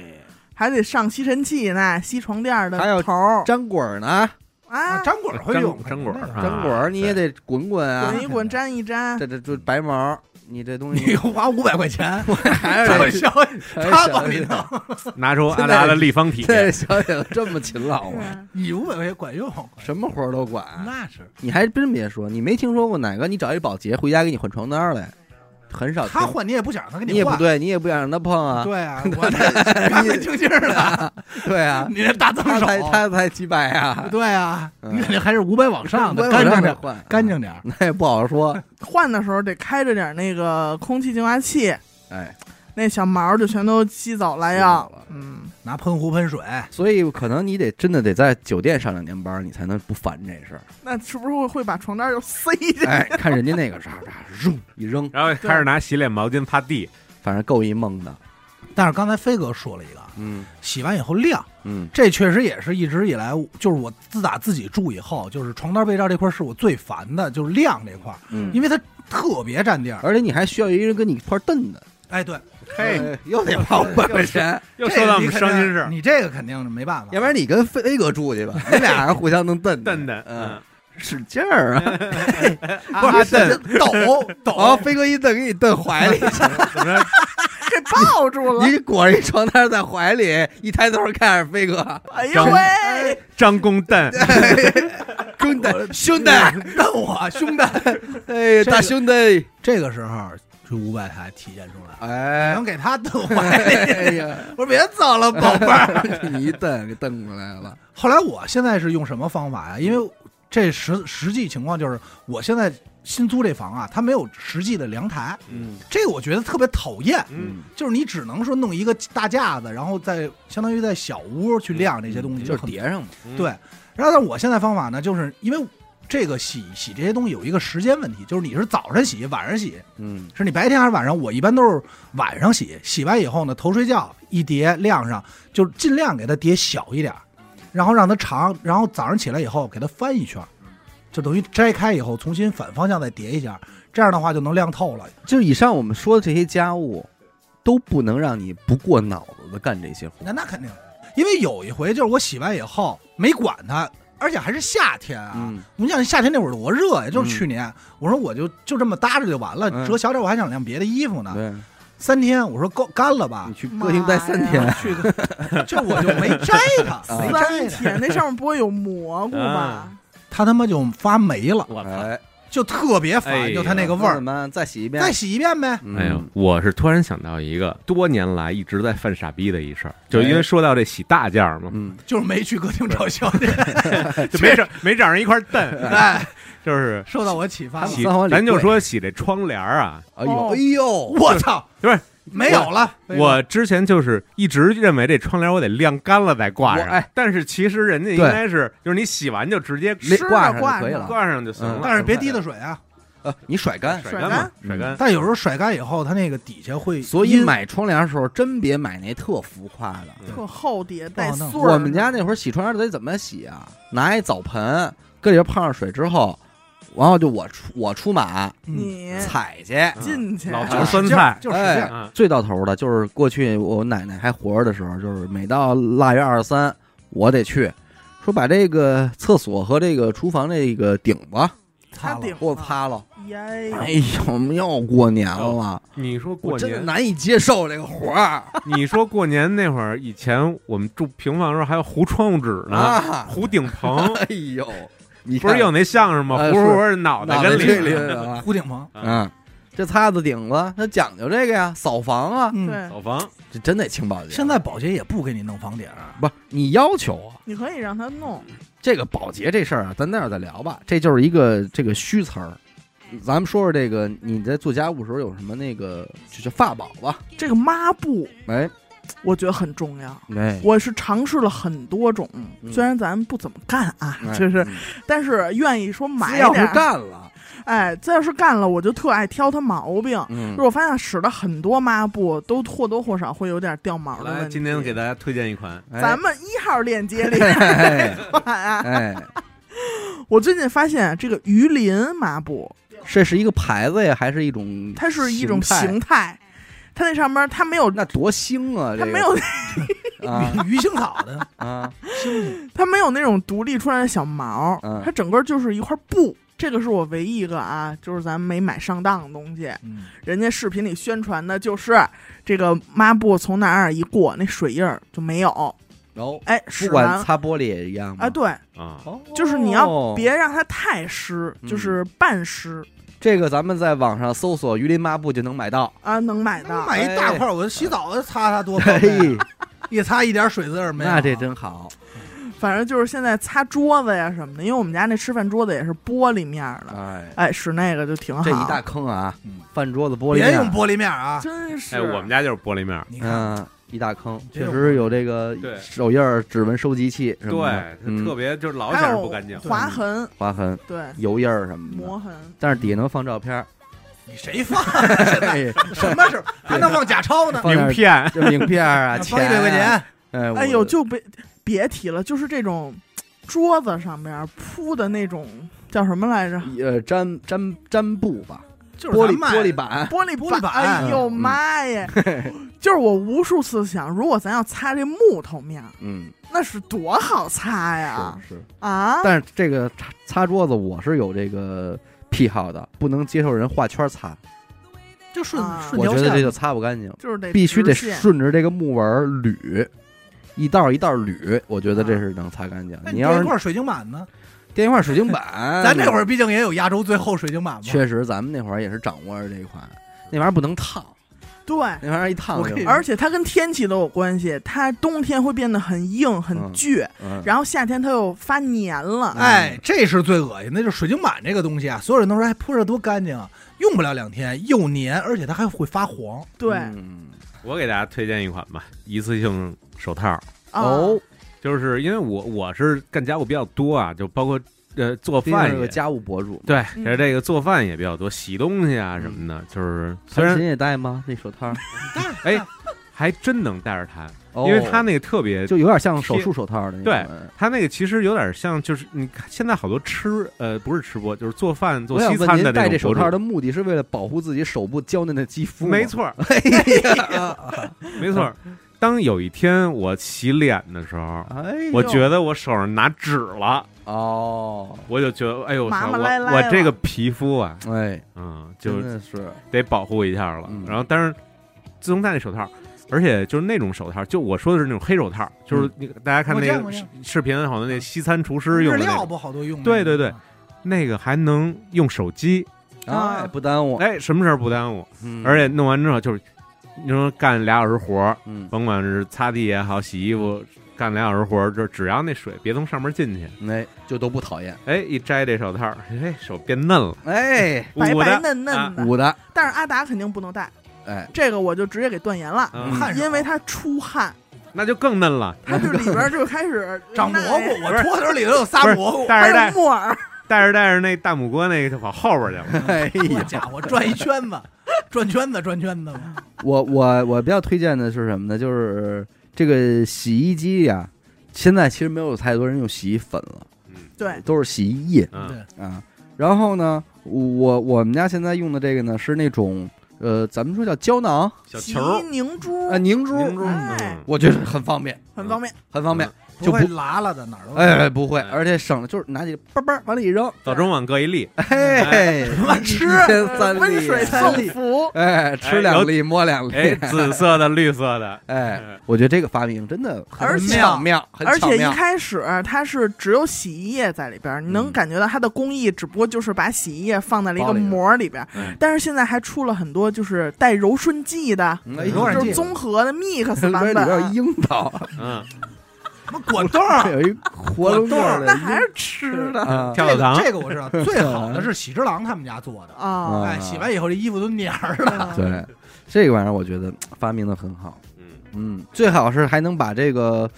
还得上吸尘器那吸床垫的还有头儿粘滚儿呢，啊啊，，粘滚儿会粘用，粘滚儿啊粘滚儿你也得滚滚啊，滚一滚，粘一粘，这这这白毛，你这 东 你西花五百 块钱，还找哎是哎消 他帮你弄， 拿出阿达的立方体，这小姐这么勤劳啊，对你五百块钱管用，什么活儿都管。那是你还真别说，你没听说过哪个你找一保洁回家给你换床单儿来，很少听。他换你也不想让他给你也不换，对，你也不想让他碰啊。对 啊，我这干没精劲儿了，对啊，你那大脏他手，才他才几百啊，对啊，嗯你肯定还是五百往上的，干净点儿，换啊干净点儿。那也不好说。换的时候得开着点那个空气净化器，哎，那小毛儿就全都吸走了吸呀走了。嗯，拿喷壶喷水，所以可能你得真的得在酒店上两年班儿，你才能不烦这 事儿。那是不是会会把床单儿又塞进？哎，看人家那个啥啥，扔一扔，然后开始拿洗脸毛巾擦地，反正够一梦的。但是刚才飞哥说了一个，啊嗯洗完以后晾，嗯这确实也是一直以来，就是我自打自己住以后，就是床单被罩这块儿是我最烦的，就是晾这块儿，嗯，因为它特别占地儿。而且你还需要一人跟你一块儿蹬的，哎，对，嘿，哎，又得花五百块钱，又说到我们伤心事儿，你这个肯定是没办法，要不然你跟飞哥住去吧，你俩人互相能蹬蹬的，的，嗯嗯，，使劲儿啊，阿是蹬， 抖抖，然后飞哥一蹬给你蹬怀里，怎么着给抱住了！你裹着一床单在怀里，一抬头看着飞哥，哎呦张喂，张公蹬，兄弟，兄弟，让我兄弟， 哎，大兄弟，这个时候这五百才体现出来，哎能，给他蹬怀里。哎呀， 我说别走了，宝 贝儿。你一蹬给蹬过来了，后来我现在是用什么方法呀？因为这实实际情况就是，我现在新租这房啊，它没有实际的阳台，嗯这个我觉得特别讨厌。嗯，就是你只能说弄一个大架子，然后在相当于在小屋去晾这些东西，嗯就是很叠上嘛，嗯对，然后但我现在方法呢，就是因为这个洗洗这些东西有一个时间问题，就是你是早上洗，晚上洗，嗯是你白天还是晚上？我一般都是晚上洗，洗完以后呢，头睡觉一叠晾上，就尽量给它叠小一点儿，然后让它长，然后早上起来以后给它翻一圈儿，就等于摘开以后重新反方向再叠一下，这样的话就能晾透了。就是以上我们说的这些家务，都不能让你不过脑子的干这些活，那那肯定，因为有一回就是我洗完以后没管它，而且还是夏天啊。嗯你想夏天那会儿多热呀，就是嗯去年，我说我就就这么搭着就完了，嗯折小点我还想晾别的衣服呢。对，三天，我说够干了吧 你，去歌厅待三天妈，去个，就我就没摘 它，啊没三摘它，天，那上面不会有蘑菇吧啊？它他妈就发霉了，我操！哎，就特别哎烦，呀就它那个味怎儿。么再洗一遍？再洗一遍呗，嗯哎呦，，我是突然想到一个多年来一直在犯傻逼的一事儿，哎就因为说到这洗大件儿嘛，嗯，就是没去歌厅找小 姐， 就没找没找人一块儿蹬，哎， 就是受到我启发了。洗三环，里咱就跪说洗这窗帘儿啊，哎呦，哦哎呦，我操，就是没有了，我之前就是一直认为这窗帘我得晾干了再挂上，我哎，但是其实人家应该是就是你洗完就直接连湿了挂上挂就可以上了，嗯挂上就行了，嗯但是别滴的水啊。呃，你甩干。甩干嘛，甩干甩干。但有时候甩干以后，它那个底下会阴，嗯所以买窗帘的时候，真别买那特浮夸的。特厚底带哦那穗儿。我们家那会儿洗窗帘得怎么洗啊？拿一澡盆，搁里边泡上水之后，然后就我出我出马嗯，你踩去。进嗯去，哎老头就酸使劲儿菜就是使劲哎儿，啊，最到头的就是过去我奶奶还活着的时候，就是每到腊月二十三，我得去，说把这个厕所和这个厨房这个顶子他顶给我擦了。耶！哎呦，我们又过年了，你说过我真的年，啊难以接受这个 活儿你说过年那会儿，以前我们住平房的时候还要糊窗户纸呢，啊！糊顶棚， 哎呦，你不是有用那相声吗？哎糊是糊糊脑袋跟这里里，啊？胡顶棚，嗯，这擦子顶子，它讲究这个呀，扫房啊，嗯，对，扫房这真得请保洁。啊现在保洁也不给你弄房顶儿，不是你要求啊，你可以让他弄。这个保洁这事儿啊，咱待会儿再聊吧。这就是一个这个虚词儿，咱们说说这个，你在做家务时候有什么那个就是法宝吧？这个抹布哎，我觉得很重要。哎，我是尝试了很多种，嗯虽然咱不怎么干啊，哎 就是，嗯但是愿意说只买要点是儿。干了，哎，这要是干了，我就特爱挑它毛病。嗯就是我发现使了很多抹布，都或多或少会有点掉毛的问来，题。今天给大家推荐一款，哎咱们一号链接 里哎 啊，哎，我最近发现这个鱼鳞抹布，这是一个牌子呀，还是一种？它是一种形态形态，它那上面它没有， 那多腥啊！它这个没有，啊鱼鱼腥草 的 啊，猩猩，它没有那种独立出来的小毛嗯，它整个就是一块布。这个是我唯一一个啊，就是咱们没买上当的东西。嗯，人家视频里宣传的就是这个抹布从哪儿一过，那水印儿就没有。然后哎，不使管完擦玻璃也一样吗啊，，对，啊，哦嗯就是你要别让它太湿，就是半湿这个，咱们在网上搜索“鱼鳞抹布”就能买到。啊，能买到。买一大块儿，我洗澡擦擦哦多方嘿，便，一擦一点水渍儿没有啊。哎那这真好。反正就是现在擦桌子呀什么的，因为我们家那吃饭桌子也是玻璃面儿的，哎，哎，使那个就挺好。这一大坑啊嗯，饭桌子玻璃别面用玻璃面儿啊！真是，哎，我们家就是玻璃面儿，你看，嗯，一大坑，别确用实有这个对手印儿、指纹收集器什对，么的，它特嗯别就是老显还示有不干净，嗯划痕，划痕、对，油印儿什么的。磨痕。但是底下能放照片 儿，你谁放啊？现在哎什么时候还能放假钞呢？放点名片，这名片儿啊， 放一百块钱啊，钱，哎，哎我呦，就别别提了，就是这种桌子上面铺的那种叫什么来着？呃粘粘粘布吧，就是玻咱璃卖玻璃板， 玻璃玻璃板哎呦嗯妈呀！就是我无数次想，如果咱要擦这木头面儿，嗯，那是多好擦呀！是是。啊，但是这个擦擦桌子，我是有这个癖好的，不能接受人画圈擦，就顺啊顺我条觉得这线就。擦不干净，就是得必须得直线顺着这个木纹儿捋。一道一道捋，我觉得啊这是能擦干净。那你你要哎这一是块水晶板呢？电一块水晶 板，咱这会儿毕竟也有亚洲最后水晶板嘛。确实，咱们那会儿也是掌握着这一款，那玩意儿不能烫，对。那玩意儿一烫我就嗯可以而且它跟天气都有关系，它冬天会变得很硬很嗯倔，嗯然后夏天它又发黏了。哎，嗯这是最恶心的，就是水晶板这个东西啊，所有人都说哎铺着多干净啊，用不了两天又粘，而且它还会发黄。对、嗯我给大家推荐一款吧，一次性手套，啊，哦，就是因为我我是干家务比较多啊，就包括呃做毕竟饭是个也家务博主，对，嗯其实这个做饭也比较多，洗东西啊什么嗯的，就是虽然您也戴吗？那手套，哎还真能戴着它，哦 因为它那个特别，就有点像手术手套的那对种。它那个其实有点像，就是你看现在好多吃呃不是吃播，就是做饭做我想西问餐您，的戴那这手种博套主，的目的是为了保护自己手部娇嫩的肌肤？没，错儿， 没错儿。当有一天我洗脸的时候，哎呦，我觉得我手上拿纸了，哦，我就觉得哎呦，我麻操麻赖我赖我了这个皮肤啊，哎，嗯，就真的是，得保护一下了。嗯然后，但是自从戴那手套，而且就是那种手套，就我说的是那种黑手套，就是那个大家看那我见过个我见视过视频，好像那西餐厨师日用的那料种，不好多用的。啊对对对那个还能用手机，哎，不耽误，哎，什么事儿不耽误，嗯而且弄完之后就是你说干俩小时活儿，嗯，甭管是擦地也好，洗衣服。干俩小时活儿，就只要那水别从上面进去，哎，就都不讨厌，哎，一摘这手套，哎，手变嫩了，哎，白捂白的，啊嫩嫩的、捂的，但是阿达肯定不能戴，哎，这个我就直接给断言了，嗯汗水因为它出 汗，那就更嫩了。嗯它就里边就开 始长蘑那，菇，我拖头里头有仨蘑菇，哦还戴着有戴木耳，戴着戴着那大拇哥那个就跑后边去了。 哎啊好呀，家伙，转一圈子，转圈子，转圈子嘛。我我我比较推荐的是什么呢？就是这个洗衣机呀、现在其实没有太多人用洗衣粉了，嗯，对，都是洗衣液嗯，对啊。然后呢，我我们家现在用的这个呢是那种呃，咱们说叫胶囊小洗球儿衣凝珠、啊，凝珠，凝珠，哎嗯我觉得很方便，很方便。很方便，不就会不拉了的哪儿都。哎不会，哎而且省了，就是拿起叭叭往里一扔，哎早中晚各一粒，嘿，妈吃一天三粒，温水三送粒，服，哎，吃两粒摸两哎粒，，紫色的、绿色的，哎，我觉得这个发明真的很而且巧妙，很而巧且妙一开始它是只有洗衣液在里边儿，你能嗯感觉到它的工艺，只不过就是把洗衣液放在了一包个里边膜儿里边儿嗯。但是现在还出了很多就是带柔顺剂的，嗯柔软就 剂是综合的 mix 里边版里边有本。樱桃，嗯，什么果冻啊儿这有一活龙儿那的还是吃的啊， 跳跳糖这个这个我知道，最好的是喜之郎他们家做 的。啊。哎，洗完以后这衣服都蔫儿了。啊对，这个玩意儿我觉得发明的很好。嗯，嗯，最好是还能把这个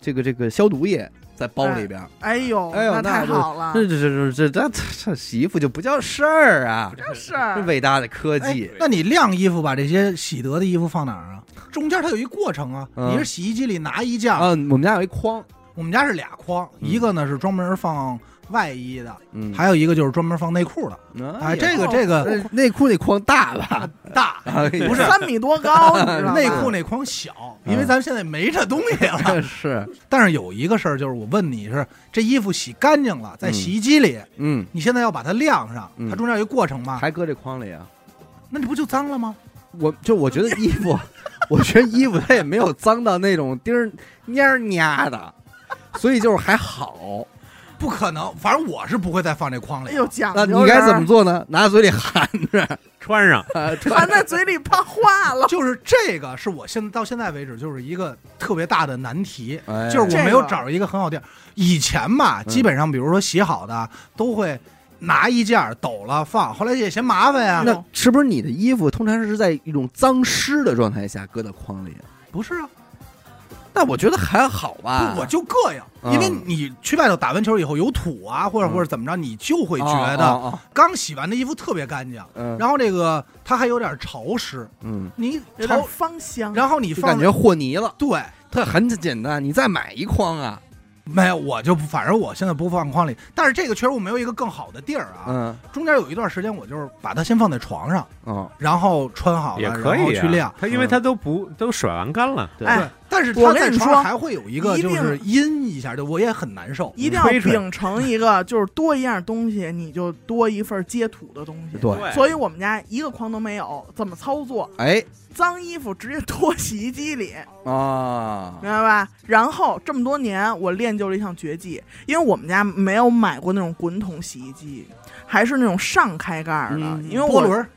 这个这个消毒液再包里边儿，哎呦，哎呦那太那就好了，这这这这这这这洗衣服就不叫事儿啊，真是这伟大的科哎技，，那你晾衣服把这些洗得的衣服放哪儿啊？中间它有一过程啊，嗯你是洗衣机里拿衣架，啊，我们家有一筐，我们家是俩筐，嗯一个呢是专门放外衣的，嗯，还有一个就是专门放内裤的。哎哎，这呀个这个呃内裤那筐大吧？大， 不不是三米多高，哦你 知道吗内裤那筐小，嗯因为咱们现在没这东西 了。是，但是有一个事儿就是，我问你是这衣服洗干净了，在洗衣机里，嗯，你现在要把它晾上，嗯它中间有一过程吧？还搁这筐里啊？那你不就脏了吗？我就我觉得衣服， 我觉得衣服它也没有脏到那种丁儿蔫儿蔫的，所以就是还好。啊不可能，反正我是不会再放这筐里哎嗯了。呦讲究那人儿，你该怎么做呢？拿嘴里含着，穿上呃含在嘴里怕化 了？就是这个是我现在到现在为止就是一个特别大的难题，哎嗯就是我这没有个找着一个很好地儿。以前吧，基本上比如说洗好的都会拿衣架抖了放，后来也嫌麻烦呀。那是不是你的衣服通常是在一种脏湿的状态下搁到筐里？不是啊，那我觉得还好吧不我就膈应，啊嗯因为你去外头打完球以后有土啊，或者嗯或者怎么着，你就会会觉得刚洗完的衣服特别干净，啊嗯然后这个它还有点潮湿，嗯，你有点潮，芳香，然后你就放感觉和泥了。对。它很简单，你再买一筐啊。没有，我就不反正我现在不放筐里，但是这个确实我没有一个更好的地儿啊。嗯中间有一段时间，我就是把它先放在床上，哦，然后穿好了，也可然后以啊去晾。它因为它都不都甩完干了，对哎对，但是我它跟在你床说上还会有一个一就定是阴一下，就我也很难受。一定要推推秉承一个，就是多一样东西，你就多一份接土的东西。对所以我们家一个筐都没有，怎么操作？哎脏衣服直接拖洗衣机里，啊明白吧？然后这么多年，我练就了一项绝技，因为我们家没有买过那种滚筒洗衣机，还是那种上开盖儿的，嗯因为波我轮儿，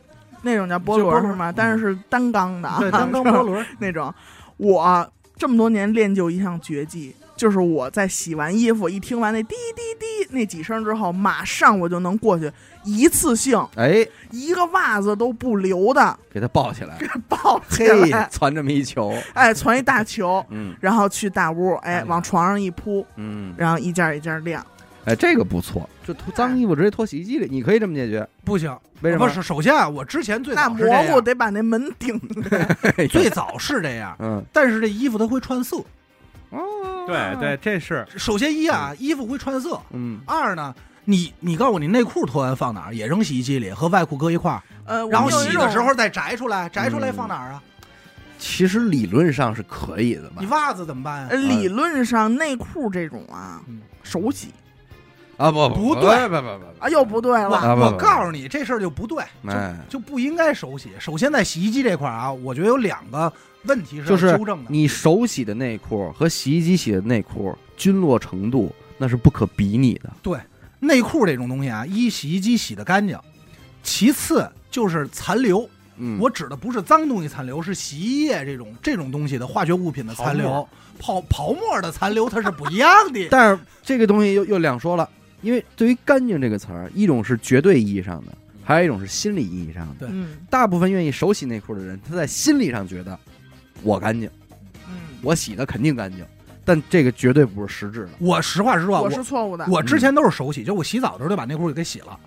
那种叫波就波轮轮嗯是吗？但是是单缸的啊，对，单缸是吧波轮儿，那种。我这么多年练就一项绝技，就是我在洗完衣服一听完那滴滴滴那几声之后，马上我就能过去，一次性哎，一个袜子都不留的给它抱 起来，抱起嘿来，，攒这么一球，哎，传一大球，嗯然后去大屋，哎哎，呀往床上一铺，嗯，然后一件一件晾。哎，这个不错，就脱脏衣服直接脱洗衣机里，你可以这么解决，不行，为什不么？ 是，首先啊，我之前最那早是蘑这菇样，得把那门顶着，哎最早是这样，嗯但是这衣服它会串色。哦对对，这是首先一啊，衣服会串色；嗯二呢，你你告诉我，你内裤脱完放哪儿？也扔洗衣机里，和外裤搁一块儿， 呃，然后我们有一洗的种时候再摘出来，摘出来嗯放哪儿啊？其实理论上是可以的吧嗯你？袜子怎么办呃，呀？理论上内裤这种啊嗯，手洗啊不不对不不不啊，又不对我了，啊不我不告诉你，这事儿就不对，哎就就不应该手洗。首先在洗衣机这块儿啊，我觉得有两个问题就要是纠正的。你手洗的内裤和洗衣机洗的内裤菌落程度那是不可比拟的，内裤这种东西啊，一洗衣机洗的干净，其次就是残留。嗯。我指的不是脏东西残留，是洗衣液这种这种东西的化学物品的残留，泡泡沫的残留它是不一样的但是这个东西又又两说了，因为对于“干净”这个词儿，一种是绝对意义上的，还有一种是心理意义上的。对嗯大部分愿意手洗内裤的人，他在心理上觉得我干净，嗯，我洗的肯定干净，但这个绝对不是实质的。我实话实说啊，我我是错误的，我嗯之前都是手洗，就我洗澡的时候就把内裤就给洗了。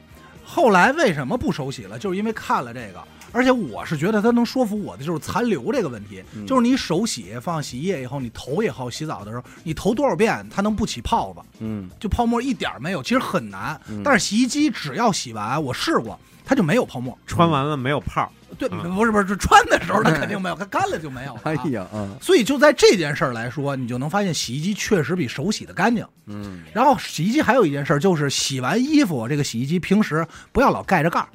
后来为什么不手洗了？就是因为看了这个，而且我是觉得它能说服我的就是残留这个问题，嗯就是你手洗放洗衣液以后，你头也好，洗澡的时候你头多少遍它能不起泡子，嗯，就泡沫一点儿没有，其实很难。嗯但是洗衣机只要洗完，我试过它就没有泡沫。穿完了没有泡儿，对，嗯不是不是，就穿的时候它肯定没有，它干了就没有了啊。哎呀，嗯所以就在这件事儿来说，你就能发现洗衣机确实比手洗的干净。嗯，然后洗衣机还有一件事儿，就是洗完衣服，这个洗衣机平时不要老盖着盖儿，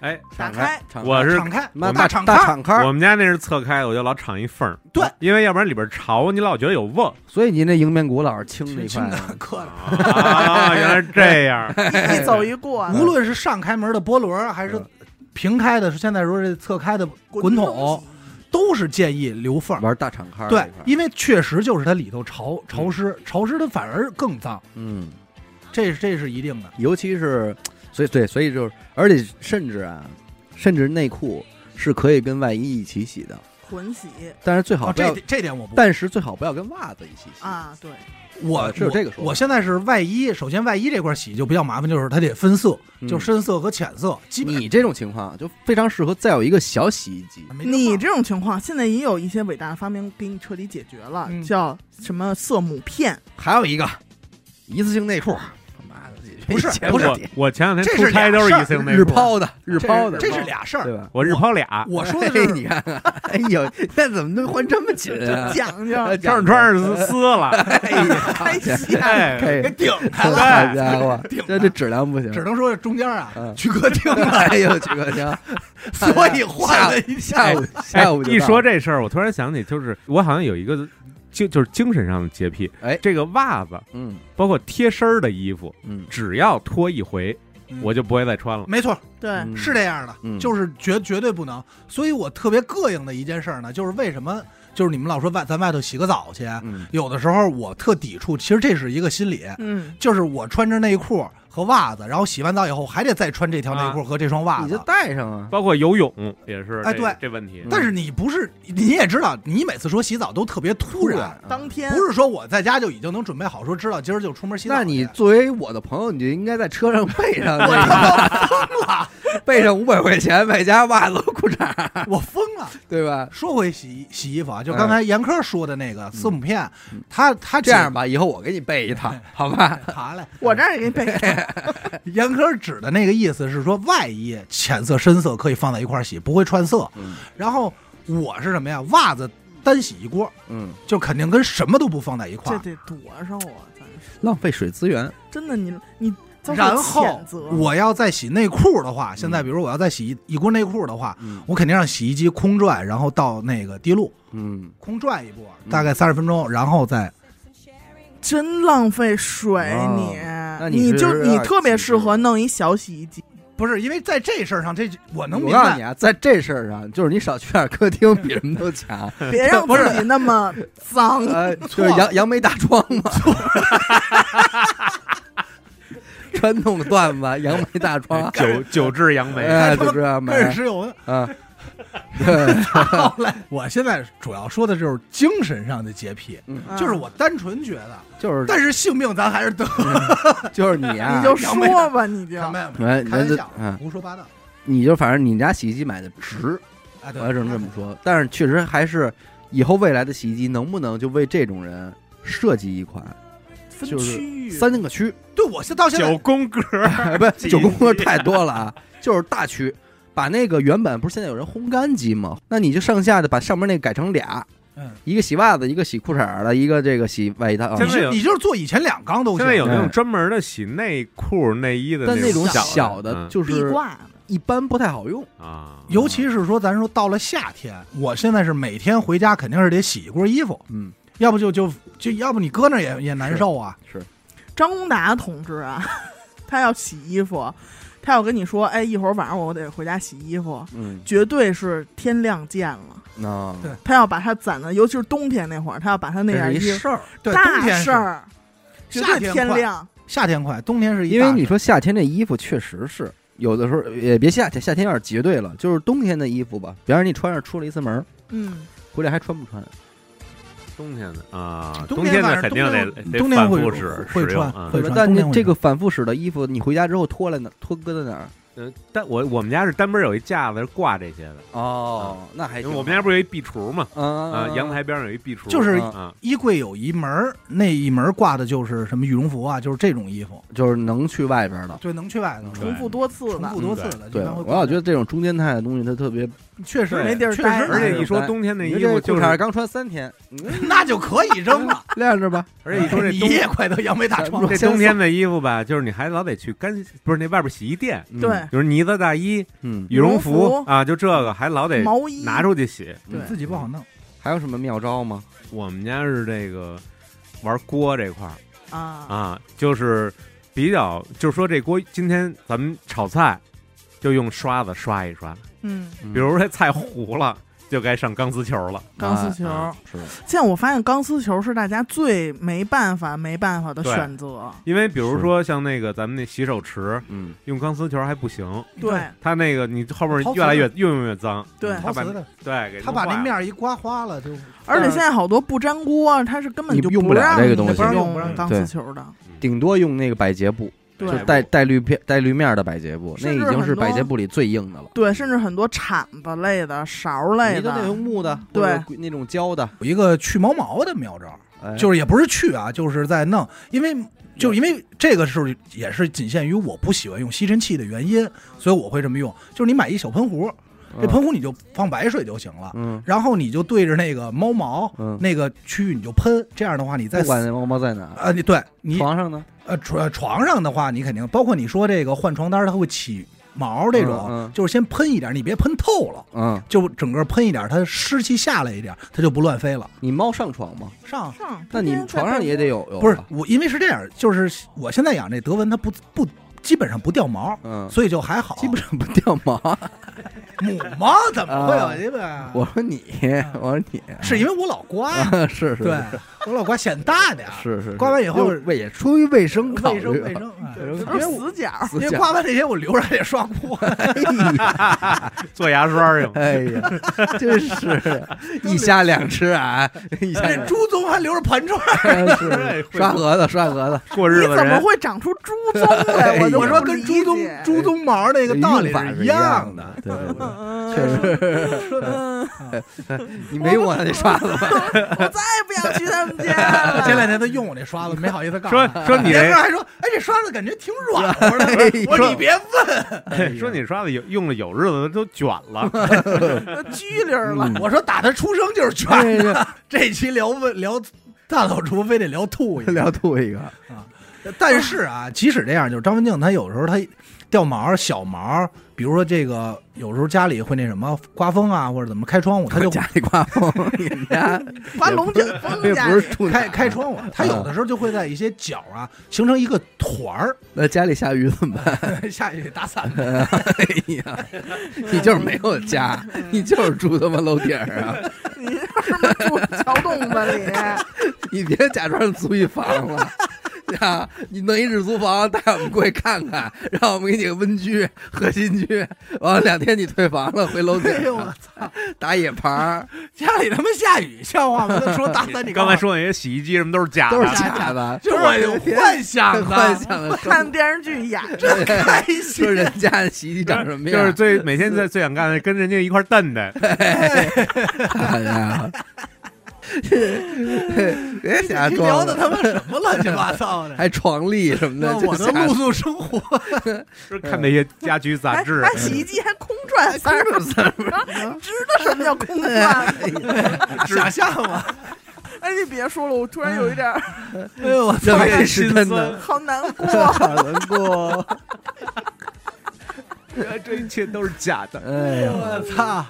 哎，打敞开，敞我是敞开，妈大大敞大开。敞开，我们家那是侧开，我就老敞一缝儿，对，因为要不然里边潮，你老觉得有 瓮所以您这迎面骨老是清那轻轻块的啊，搁着，啊，原来是这样，一走一过，哎无论是上开门的波轮儿，还是嗯平开的，是现在说这侧开的滚筒，都是建议留缝儿。玩大敞开儿对这块，儿，因为确实就是它里头潮潮湿，潮湿它反而更脏，嗯，这是这是一定的。尤其是，所以对，所以就是，而且甚至啊，甚至内裤是可以跟外衣一起洗的，混洗但是最好哦，不要，这这点我不，但是最好不要跟袜子一起洗。啊，对，我是有这个说法我。我现在是外衣，首先外衣这块儿洗就比较麻烦，就是它得分色，嗯就深色和浅色，基本你这种情况就非常适合再有一个小洗衣机，没地儿你放这种情况现在也有一些伟大的发明给你彻底解决了，嗯叫什么色母片，还有一个一次性内裤，他妈的啊不是这 不是我我前两这天是出差俩都事是儿一次性内日裤，抛的日抛的，这是俩事儿。对吧？我日抛俩，我说的嘿，是你看，哎呦，那怎么能换这么紧啊？讲究哎 上穿上撕撕了，开心。哎，哎给，顶开了，好家伙顶，这这质量不行 只。能说中间啊嗯 去歌厅了，哎呦，这个行，所以 换了一哎下下午下午就哎一到说这事儿，我突然想起，就是我好像有一个就就是精神上的洁癖，哎这个袜子嗯包括贴身儿的衣服，嗯，只要脱一回，嗯我就不会再穿了。没错，对，嗯哎是这样的，嗯就是绝绝对不能。所以我特别膈应的一件事儿呢，就是为什么就是你们老说外咱外头洗个澡去，嗯有的时候我特抵触，其实这是一个心理，嗯，就是我穿着内裤和袜子，然后洗完澡以后还得再穿这条内裤和这双袜啊你就子。带上啊。包括游泳也是这，哎对这问题嗯，但是你不是，你也知道，你每次说洗澡都特别突然，啊当天不是说我在家就已经能准备好，说知道今儿就出门洗澡去。那你作为我的朋友，你就应该在车上备上那我个，他妈疯了，备上五百块钱，外加袜子、裤衩，我疯了。对吧？说回洗洗衣服啊，就刚才严科说的那个字母片嗯，他他这样吧，以后我给你备一套，好吧？爬来， 我这儿也给你备，严科指的那个意思是说，外衣浅色、深色可以放在一块儿洗，不会串色。嗯然后我是什么呀？袜子单洗一锅，嗯，就肯定跟什么都不放在一块这儿。得多少啊？咱说浪费水资源，真的，你你遭受然后谴责我要再洗内裤的话，现在比如我要再洗一一锅内裤的话，嗯我肯定让洗衣机空转，然后到那个滴露嗯，空转一波，嗯大概三十分钟，然后再真浪费水，啊哦你那你你是就有你点特别极致适合弄一小洗衣机， 不是因为在这事儿上，这我能我明告诉白你。啊，在这事儿上，就是你少去点客厅，比什么都 强。别让不是自己那么 脏。呃，就是扬扬眉大壮嘛，传统的段子，扬眉大 嗯壮，九九制杨梅，哎，就这样嘛贝，尔石 油，啊，对，后来我现在主要说的就是精神上的洁癖，啊嗯就是我单纯觉得，就是但是性命咱还是得。就是你啊，嗯你就哎杨梅的说吧，你就没有没哎有，开玩人家笑嗯，胡说八道。你就反正你们家洗衣机买的值，啊，对，我只能这么说。但是确实还是以后未来的洗衣机能不能就为这种人设计一款分就是区域三个区？对我现到现九在宫格，哎， 不，九宫格太多了啊，就是大区。把那个原本不是现在有人烘干机吗？那你就上下的把上面那改成俩，嗯一个洗袜子，一个洗裤衩的，一个这个洗外套。现在有你就是做以前两缸都现在有行。那种专门的洗内裤内衣的但那种种小小的的嗯就壁是挂的，一般不太好用。嗯啊，尤其是说，咱说到了夏天，我现在是每天回家肯定是得洗一锅衣服，嗯，要不就就就要不你搁那儿也也难受啊。张宏达同志啊， 他要洗衣服，他要跟你说，哎，一会儿晚上我得回家洗衣服，嗯，绝对是天亮见了。那对他要把它攒的，尤其是冬天那会儿，他要把他那这件是一衣服事儿，对，冬大天事是，儿，绝夏对天天快亮。夏天快，冬天是一因大为事儿你说夏天这衣服确实是有的时候也别夏天，夏天有点绝对了，就是冬天的衣服吧，比方说你穿上出了一次门儿，嗯，回来还穿不穿？冬天的啊，冬冬天的反肯定正得冬天得冬天反会复使会使用穿啊会吧？穿但冬你天会这个反复使的衣服，你回家之后脱了哪？脱搁在哪儿？嗯，但我我们家是单门有一架子是挂这些的，哦，那还因行。为我们家不是有一壁橱嘛，啊啊，阳台边上有一壁橱，就是嗯啊，衣柜有一门儿，那一门儿挂的就是什么羽绒服啊，就是这种衣服，就是能去外边的。对，能去外头对重复多次重的复，多次的，对，一般会我老觉得这种中间态的东西，它特别。确实对没地儿确待实，而且一说哎冬天那你衣这服裤就是，衩刚穿三天， 那就可以扔了。晾着吧。而且一说这 你冬也快得扬眉大咱创们了。这冬天的衣服吧，就是你还老得去干，不是那外边洗衣店，嗯对，就是呢子大衣、嗯，羽绒羽绒服啊，就这个还老得毛衣拿出去洗。对自己不好弄，还有什么妙招吗？我们家是这个玩锅这块儿啊，啊，就是比较，就是说这锅今天咱们炒菜就用刷子刷一刷，嗯，啊比如说这菜糊了。就该上钢丝球了。钢丝球。啊是现在我发现钢丝球是大家最没办法、没办法的对选择。因为比如说像那个咱们那洗手池嗯，用钢丝球还不行，对它那个你后边陶瓷越来的越越用越脏。对，嗯陶瓷的，对，给他把弄坏那了面儿一刮花了就而且现在好多不粘锅，它是根本就你用不不了让这个你东西不让用不让用用钢丝球的。顶多用那个百洁布，对就带带绿片、带绿面的百洁布，那甚至已经是很多百洁布里最硬的了。对，甚至很多铲子类的、勺你类都得的嗯用，木的，对或者那种胶的，有一个去毛毛的妙招，哎就是也不是去啊，就是在弄，因为就是因为这个时候也是仅限于我不喜欢用吸尘器的原因，所以我会这么用，就是你买一小喷壶，这喷壶你就放白水就行了，嗯然后你就对着那个猫毛嗯，那个区域你就喷，这样的话你在不管那猫猫在哪，呃你对你床上呢，呃床床上的话，你肯定包括你说这个换床单它会起毛这种，嗯嗯就是先喷一点，你别喷透了。嗯，就整个喷一点，它湿气下来一点，它就不乱飞了。你猫上床吗？上上那你嗯天天在床上被也窝得有，啊有不是吧我，因为是这样，就是我现在养这德文，它不不基本上不掉毛，嗯，所以就还好。基本上不掉毛。母猫怎么会啊有基本？ 我说你，我说 你，是因为我老刮， 是是啊对是我老刮显大点儿，是是，刮完以后就为也出于卫生考卫生虑，啊卫生，哎卫生因考虑都为是我死角儿。思因为想。刮完这些我留着还得刷锅，做牙刷 用 哎呀，真是的一虾两吃啊，一 虾那两猪鬃还留着盘串儿。吃哎是刷盒子刷盒子，过你日子的怎么人会长出猪 鬃哎来？我就我不说跟理猪解鬃猪鬃毛那个道理用法是一样的的，，对对对，嗯确实， 嗯你没用我那刷子吧？我再也不想去他们家了。 前两天他用我那刷子，没好意思告诉说他。说你啊别人这还说，哎，这刷子感觉挺软和的。我说你别问，说你刷的有用了有日子都卷 了，拘灵儿了。我说打他出生就是哎卷呀的。这期聊问聊大老厨，非得聊吐一聊下。吐一 个，但是啊，即使这样，就是张文静，她有时候她掉毛、小毛，比如说这个，有时候家里会那什么刮风啊，或者怎么开窗户，她就家里刮风，你们 家 把龙卷风也家不是里，住开哪开，窗户。她有的时候就会在一些角啊形成一个团儿，那家里下雨怎么办？ 下去打伞。哎呀，你就是没有 家，你就是住他妈楼顶儿啊！你是不是住桥洞子里？你别假装租一房了。啊！你弄一日租房带我们过去看看，让我们给你个温居、核心区。完了两天你退房了，回楼顶哎呦我上打野牌儿，家里他妈下雨，像话吗？说大三，你刚才说那些洗衣机什么都是假的，都是假的，就是我 幻想的，幻想的生看电视剧演 着，开说心。人家洗衣机长什么就样是？最每天在最想干的，跟人家一块儿瞪 的，哎呀，别瞎你装聊了，的他妈什么乱七八糟的？还床笠什么的，那就我的瞎露宿生 活，就是看那些家居杂还志。还洗衣机还空转三儿，啊啊知道什么叫空转？哎想象 吗？哎，你别说了，我突然有一点儿嗯哎呦，我认操！为是真的，好难 过。好难过。 这一切都是假的。哎呀，我操！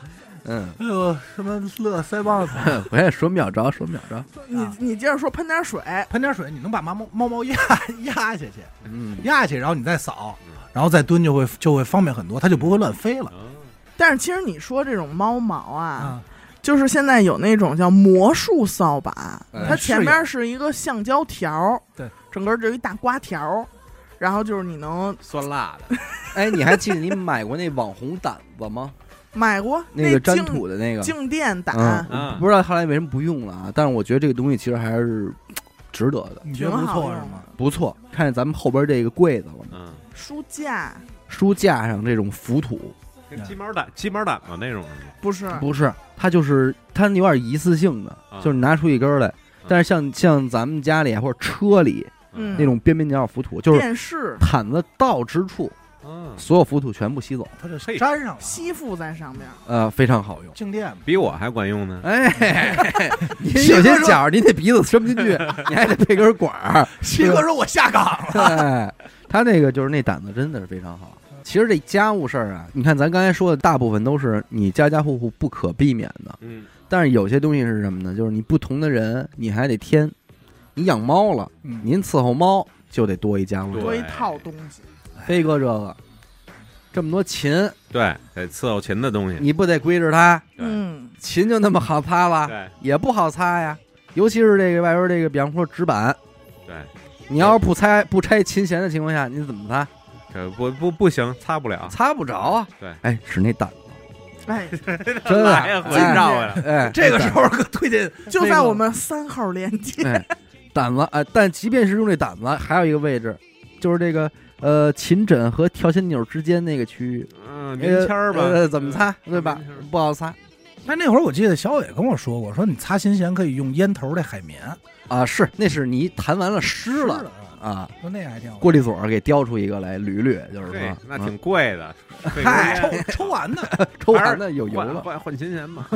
嗯，哎呦，什么乐腮帮子？我也说秒招，说秒招。你啊你接着说，喷点水，喷点水，你能把猫猫猫猫压压下去，嗯，压下去，然后你再扫，然后再蹲，就会就会方便很多，它就不会乱飞了但是其实你说这种猫毛啊，啊！就是现在有那种叫魔术扫把，哎它前面是一个橡胶条儿，对，整个就一大瓜条儿，然后就是你能酸辣 的，哎，你还记得你买过那网红掸子吗？买过那个粘静土的那个，静电掸，嗯嗯不知道后来为什么不用了啊？但是我觉得这个东西其实还是嘖值得的，你觉得不错是吗？不错。看见咱们后边这个柜子了吗？嗯，书架书架上这种浮土，跟鸡毛掸、鸡毛掸嘛那种是吗不是不是，它就是它有点一次性的，啊就是你拿出一根儿来。但是像像咱们家里或者车里嗯那种边边角角浮土，就是电视毯子到之处，嗯，所有浮土全部吸走，它就粘上了，吸附在上面，呃，非常好用。静电 嘛。比我还管用呢。哎， 你有些角儿，你那鼻子伸不进去，你还得配根管儿。西哥说：“我下岗了。哎，他那个就是那胆子真的是非常好。其实这家务事儿啊，你看咱刚才说的大部分都是你家家户户不可避免的，嗯，但是有些东西是什么呢？就是你不同的人，你还得添。你养猫了，”嗯，您伺候猫就得多一家务事。对多一套东西。飞哥这个这么多琴，对，得伺候勤的东西。你不得归着它？对嗯，琴就那么好擦吗？对也不好擦呀，尤其是这个外边这个，比方说纸板，对，你要是不拆不拆琴弦的情况下，你怎么擦？这不不不行，擦不了。擦不着啊。对，哎，是那胆， 哎，真的来呀回哎绕回来，哎，这个时候可推 荐就在我们三号链接，哎，胆子，哎，但即便是用这胆子，还有一个位置，就是这个呃琴枕和调弦钮之间那个区域， 嗯，棉签儿吧，嗯呃，怎么擦，对吧棉签儿？不好擦那那会儿我记得小伟跟我说过，说你擦琴弦可以用烟头的海绵啊，是，那是你弹完了湿了啊啊，说那个还挺好。过滤嘴儿给叼出一个来捋捋，就是对说，，那嗯挺贵的。嗨，抽抽抽完的，抽完了有油换了，换换琴 弦嘛。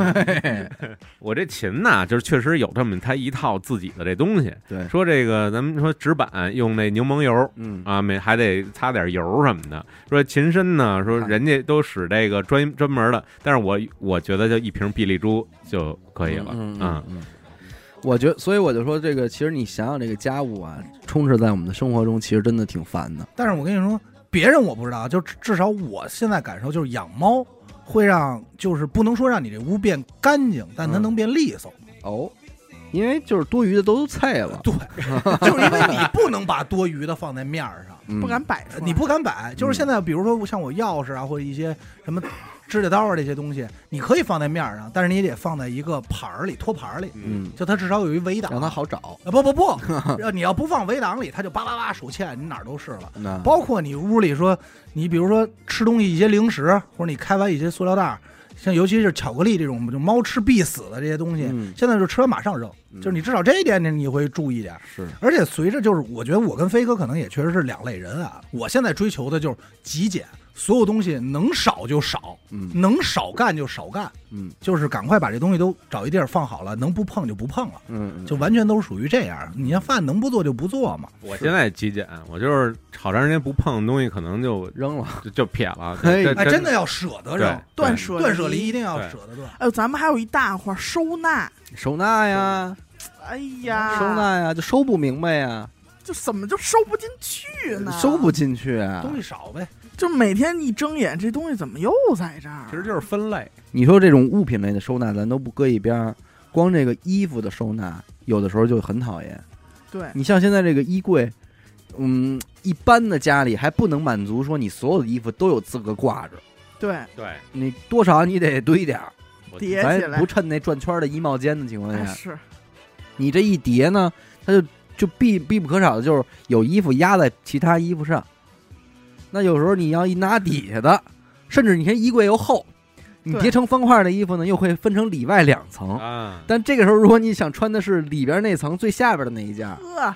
我这琴呐，就是确实有这么它一套自己的这东西。对说这个咱们说纸板用那柠檬油嗯，啊，没还得擦点油什么的。说琴身呢，啊说人家都使这个专专门的，但是我我觉得就一瓶碧丽珠就可以了嗯啊嗯。嗯。我觉所以我就说，这个其实你想想，这个家务啊，充斥在我们的生活中，其实真的挺烦的。但是我跟你说，别人我不知道，就至至少我现在感受就是养猫会让，就是不能说让你这屋变干净，但它嗯能变利 索。哦，因为就是多余的都菜了，对，就是因为你不能把多余的放在面儿上，嗯 不敢摆出来。你不敢摆。就是现在，比如说像我钥匙啊，或者一些什么指甲刀啊这些东西，你可以放在面儿上，但是你也得放在一个盘儿里、托盘儿里，嗯，就它至少有一围挡。让他好找。啊不不不，要你要不放围挡里，它就叭叭叭手欠，你哪儿都是了。那包括你屋里说，你比如说吃东西一些零食，或者你开完一些塑料袋儿，像尤其是巧克力这种，就猫吃必死的这些东西，嗯现在就吃完马上扔。就是你至少这一点点你会注意点儿。是而且随着就是，我觉得我跟飞哥可能也确实是两类人啊。我现在追求的就是极简，所有东西能少就少，嗯能少干就少干，嗯就是赶快把这东西都找一地儿放好了，能不碰就不碰了，嗯，就完全都是属于这样。你像饭能不做就不做嘛。我现在极简，我就是好长时间不碰的东西，可能就扔了。就就撇 了。哎这哎，这真的要舍得扔，对断舍断舍离一定。定要对舍得断。哎呦，咱们还有一大块儿收纳，收纳呀，哎呀，嗯收纳呀，就收不明白呀，就怎么就收不进去呢？收不进去啊。东西少呗，就每天一睁眼，这东西怎么又在这儿？其实就是分类。你说这种物品类的收纳，咱都不搁一边儿，光这个衣服的收纳，有的时候就很讨厌。对，你像现在这个衣柜，嗯，一般的家里还不能满足说你所有的衣服都有资格挂着，对，对，你多少你得堆点儿，我叠咱起也来不趁那转圈儿的衣帽间的情况哎下，是你这一叠呢，它就就必必不可少的就是有衣服压在其他衣服上。那有时候你要一拿底下的，甚至你看衣柜又厚，你对叠成方块的衣服呢，又会分成里外两层。啊，但这个时候，如果你想穿的是里边那层最下边的那一件儿，呵，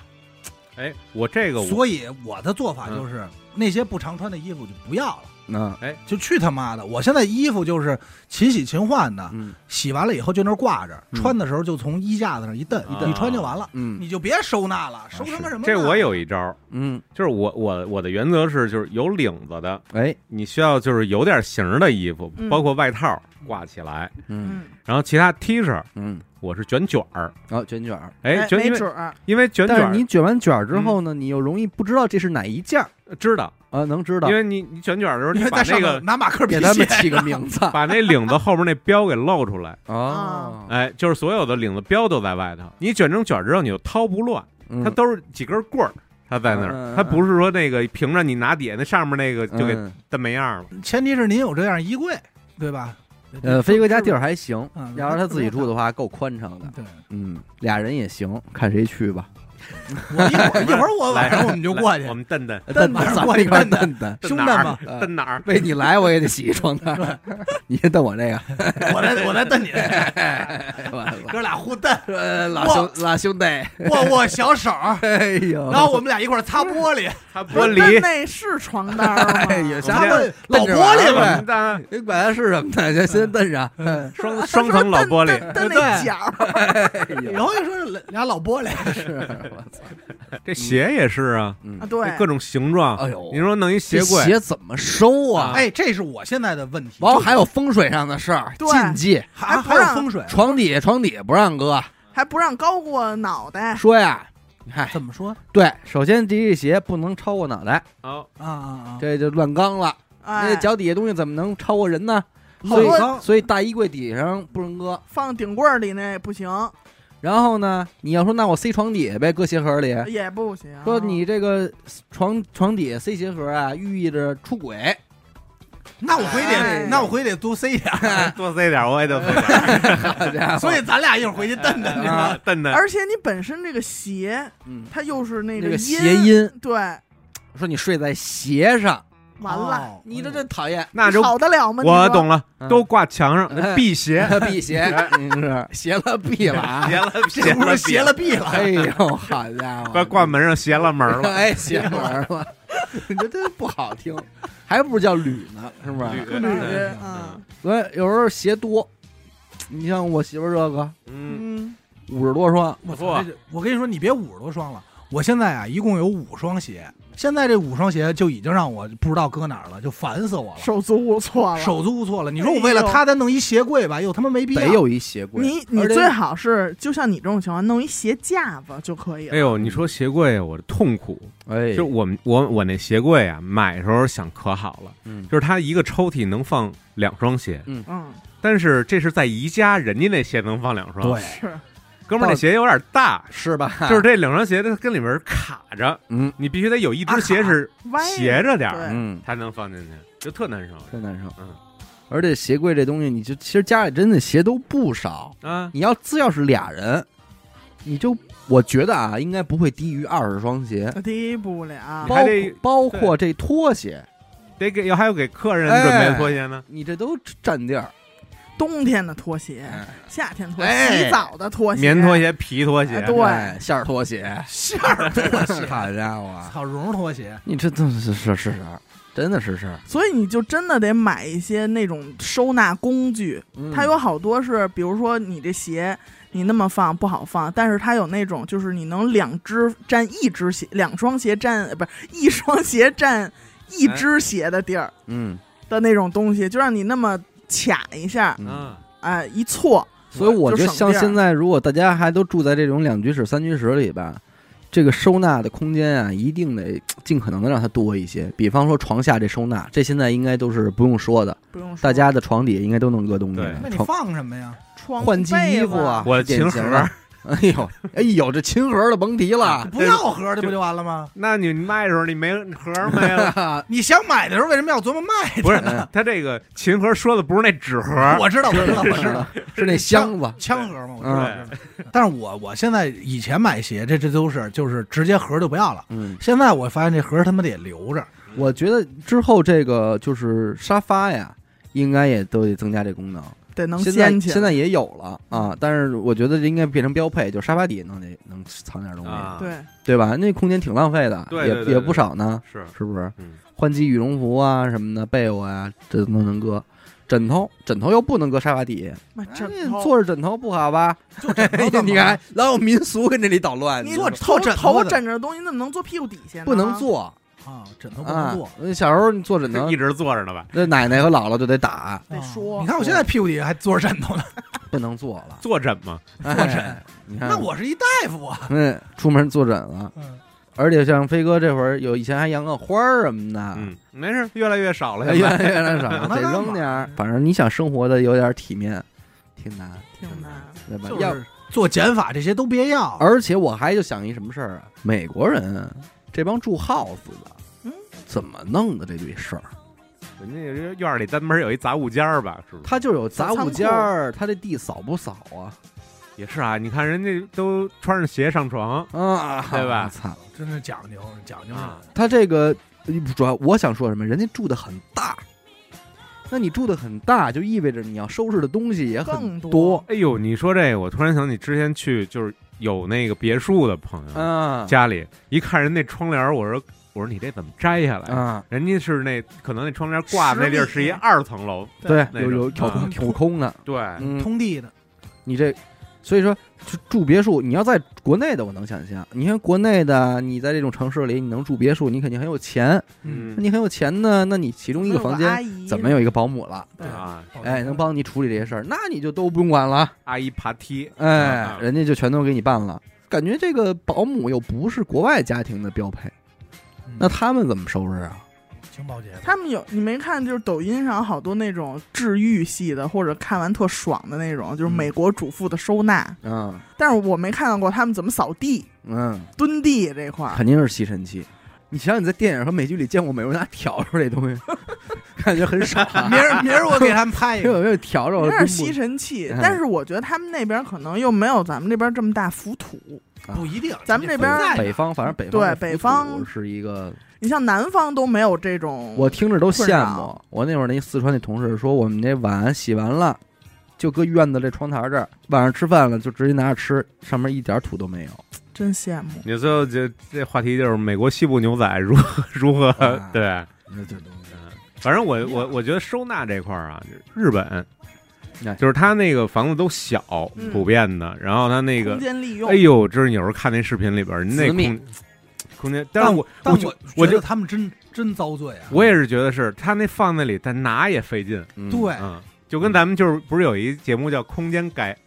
哎，我这个我嗯所以我的做法就是那些不常穿的衣服就不要了，那就去他妈的！我现在衣服就是勤洗勤换的，嗯洗完了以后就那儿挂着，嗯穿的时候就从衣架子上一蹬，一蹬你穿就完了，嗯你就别收纳了，收成是个什么？这我，有一招儿，嗯，就是我我我的原则是，就是有领子的，哎，你需要就是有点型儿的衣服，嗯包括外套挂起来，嗯嗯，然后其他 T 恤嗯，我是卷卷儿，然后卷卷儿。哎，卷没因准为儿，因为卷卷但儿嗯是你卷完卷儿之后呢，你又容易不知道这是哪一件儿知道，啊，能知道因为啊你你卷卷儿的时候，因你为把那在上头个 拿马克笔给他写们起个名 字把那领子后边那标给露出来，哦，哎，就是所有的领子标都在外头，你卷成卷儿之后你就掏不乱，嗯它都是几根棍儿。它在那嗯嗯儿，它不是说那个凭着你拿底下那上面那个就给嗯它没样了。前提是您有这样衣柜，对吧？呃，飞哥家地儿还行嗯，要是他自己住的话，够宽敞的。对，嗯，俩人也行，看谁去 吧。我一会儿一会儿我晚上我们就过去来我，们蹬蹬蛋晚上咱过们去一块儿蛋蛋蛋，兄弟们，呃蹬哪儿？为你来我也得洗一床单 儿。你先瞪我这个，哎我来我来瞪你，完了 哥俩互瞪，呃，老兄老兄弟，握握小手，哎呦，然后我们俩一块儿擦玻璃，它不玻是璃那那是床单儿吗？哎呀，擦瞎玻问，璃老 玻璃呗了。呗，你管它是什么呢？先先瞪上，嗯双双层老玻璃。哎但对那角儿，哎然后就说是俩老玻璃，是，我操，这鞋也是啊，啊嗯，对，各种形状。哎呦啊你说弄一鞋这柜，鞋怎么收啊？哎，这是我现在的问题。完了就还有风水上的事儿，对禁忌，还还不还有让风水，床底下床底下不让搁。还不让高过脑袋，说呀，嗨，怎么说对，首先第一鞋不能超过脑袋，哦，啊啊啊？这就乱刚了。那哎，脚底下东西怎么能超过人呢？好所以多所以大衣柜底上不能搁。放顶柜儿里那也不行，然后呢，你要说那我塞床底下呗，搁鞋盒里。也不行。哎说你这个床床底下塞鞋盒啊，寓意着出 轨。那我回去哎得，那我回去得多塞一 点儿。多塞点我也得塞点儿好家伙所以咱俩一会儿回去瞪瞪 去。啊，蛋蛋。而且你本身这个鞋，嗯，它又是那那个个谐音，对，说你睡在鞋上，完了，哦你这 真讨厌。那就好得了吗？你我说懂了嗯，都挂墙上，哎那辟邪， 辟邪，你是邪哎了避了啊！嗯邪了，这不是邪了臂了？哎呦，好家伙，挂挂门上邪了门 了。哎，邪门儿了， 你这真不好听，还不如叫铝呢，是不是？对嗯嗯所以有时候鞋多，你像我媳妇儿这个嗯，嗯，五十多双，我错操！这哎我跟你说，你别五十多双了，我现在啊一共有五双鞋，现在这五双鞋就已经让我不知道搁哪儿了，就烦死我了，手足无措了。手足无措了。你说我为了它再弄一鞋柜吧，又他妈没必要。得有一鞋柜。你你而且最好是就像你这种情况，弄一鞋架子就可以哎了。呦，你说鞋柜，我的痛苦，哎，就是我们我我那鞋柜啊，买的时候想可好了，嗯就是它一个抽屉能放两双鞋，嗯，但是这是在宜家，人家那鞋能放两双，对，是哥们儿那鞋有点大，是吧？就是这两双鞋它跟里边卡着，嗯你必须得有一只鞋是歪斜着点对儿嗯，才能放进去，就特难受真难受。嗯，而且鞋柜这东西，你就其实家里真的鞋都不少，啊。你要只要是俩人，你就我觉得啊，应该不会低于二十双鞋。低不了你包还得包括这拖鞋，得给要还有给客人哎准备拖鞋呢，你这都占地儿。冬天的拖鞋，哎夏天拖哎洗澡的拖鞋，棉拖鞋、皮拖鞋哎，对哎，馅儿拖鞋，馅儿拖鞋，好家伙，草绒拖鞋，你这真是是是是，真的是是，所以你就真的得买一些那种收纳工具，嗯它有好多是，比如说你这鞋你那么放不好放，但是它有那种就是你能两只占一只鞋，两双鞋占呃不是一双鞋占一哎只鞋的地儿嗯，的那种东西，就让你那么卡一下，嗯，啊，哎，一错，所以我觉得就像省地儿现在，如果大家还都住在这种两居室、三居室里吧，这个收纳的空间啊，一定得尽可能的让它多一些。比方说床下这收纳，这现在应该都是不用说的，不用说，大家的床底下应该都能搁东西对的，那你床放什么呀？床换季被衣子服啊，我的典型的。哎呦，哎呦，这琴盒的甭提了，不要盒，这不就完了吗？啊那你卖的时候你没盒儿没了，你想买的时候为什么要琢磨卖？不是他这个琴盒说的不是那纸盒儿，我知道，我知道，我知道，是那箱子，枪盒嘛，我知道。嗯我知道但是我我现在以前买鞋，这这都是就是直接盒就不要了。嗯，现在我发现这盒他妈得留 着，我觉得之后这个就是沙发呀，应该也都得增加这功能。得能现在掀起来现在也有了啊，但是我觉得这应该变成标配，就沙发底下能得能藏点东西，啊，对，对吧？那空间挺浪费的，对对对也对也不少呢，是，是不是？嗯，换季羽绒服啊什么的，被窝啊，这都能搁。枕头，枕头又不能搁沙发底下，那枕哎头坐着枕头不好吧？哎 你看，老有民俗跟这里捣乱，你知道头吗坐头枕头头的枕着东西，怎么能坐屁股底下呢？不能坐啊，枕头不能啊坐。！小时候你坐枕头一，直坐着呢吧，那奶奶和姥姥就得打，得啊说你看我现在屁股底下还坐着枕头呢，不能坐了。坐枕嘛，坐枕你看，那我是一大夫啊。嗯，出门坐诊了。嗯，而且像飞哥这会儿有以前还养个花儿什么的，嗯，没事，越来越少了，啊 哎，现越在来越来少，得扔点儿。反正你想生活的有点体面，挺难，挺难。对吧？就要是做减法这些都别要。而且我还就想一什么事儿啊，美国人这帮住 house 的，嗯，怎么弄的这堆事儿？人家院儿里单门有一杂物间儿吧，是不是？他就有杂物间儿，他这地扫不扫也是啊，你看人家都穿着鞋上啊？床啊，对吧操，真是讲究，讲究啊，他这个呃主要我想说什么？人家住的很大，那你住的很大，就意味着你要收拾的东西也很更多哎呦，你说这个，我突然想起之前去就是有那个别墅的朋友啊家里，一看人那窗帘儿，我说我说你这怎么摘下来啊？啊，人家是那可能那窗帘挂的那地儿十是米一二层楼，对，那有有种挑空啊挑空的，对，嗯，通地的。你这，所以说就住别墅，你要在国内的我能想象，你看国内的，你在这种城市里，你能住别墅，你肯定很有钱，嗯你很有钱呢，那你其中一个房间怎么有一个保姆了？对啊，嗯哎，能帮你处理这些事儿，那你就都不用管了，阿姨爬梯，哎啊，人家就全都给你办了。感觉这个保姆又不是国外家庭的标配，那他们怎么收拾啊？轻嗯薄洁白。他们有你没看，就是抖音上好多那种治愈系的，或者看完特爽的那种，就是嗯美国主妇的收纳。嗯但是我没看到过他们怎么扫地、嗯，蹲地这块儿。肯定是吸尘器。你想想你在电影和美剧里见过美容家挑着这东西， 感觉很傻。明儿明儿我给他们拍一这 个，有没有挑着？有蹲点不吸尘器嗯，但是我觉得他们那边可能又没有咱们这边这么大浮土。不一定。咱们这边儿人家不在北呢方，反正北对方北的方嗯风土是一个，你像南方都没有这种，我听着都困羡慕扰。我那会儿那四川那同事说，我们那碗洗完了，就搁院子这窗台这儿，晚上吃饭了就直接拿着吃，上面一点土都没有。真羡慕。你最后这这话题就是美国西部牛仔如 何如何啊对，那这东西反正我我我觉得收纳这块儿啊，日本哎就是他那个房子都小嗯普遍的，然后他那个空间利用，哎呦，真是有时候看那视频里边儿那私密空空间，但是我但觉我我觉就得他们真真遭罪啊！我也是觉得是他那放那里，但拿也费劲，嗯对，嗯，就跟咱们就是不是有一节目叫《空间改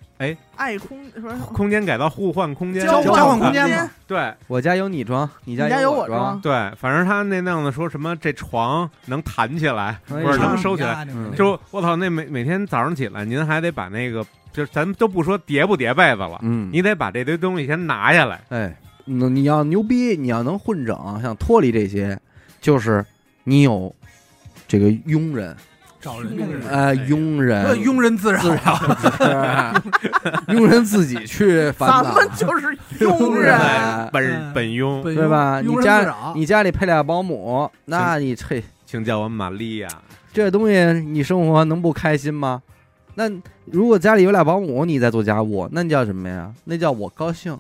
爱空什么空间改造互换空间》交交换空空间嘛，对我家有你装，你你家家有我我装，对，反正他那弄的说什么这床能弹起来，哎呀或者他能们收起来，嗯就就我操，那每每天早上起来，您还得把那个就是咱们都不说叠不叠被子了，嗯，你得把这堆东西先拿下来，哎，你你要牛逼，你要能混整，想脱离这些，就是你有这个庸人，找人用人，呃，哎庸人那，庸人自扰啊！ 庸人自己去咱烦恼，们就是庸人。 哎本本庸，本对吧？庸你人自家扰你家里配俩保姆，那你嘿，请叫我玛丽亚。这东西你生活能不开心吗？那如果家里有俩保姆，你在做家务，那叫什么呀？那叫我高兴，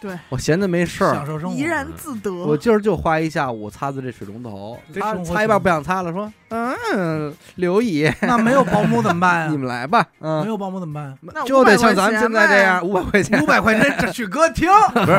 对我闲的没事儿享，受生活，怡然自得， 我今儿就花一下午擦擦这水龙头，这擦生活擦一半挺不想擦了，说嗯，刘姨，那没有保姆怎么办 你呀？们来吧，没嗯，有保姆怎么 办？那就得500像咱们块钱现在这呗样，五百块钱，五百块钱这去歌厅，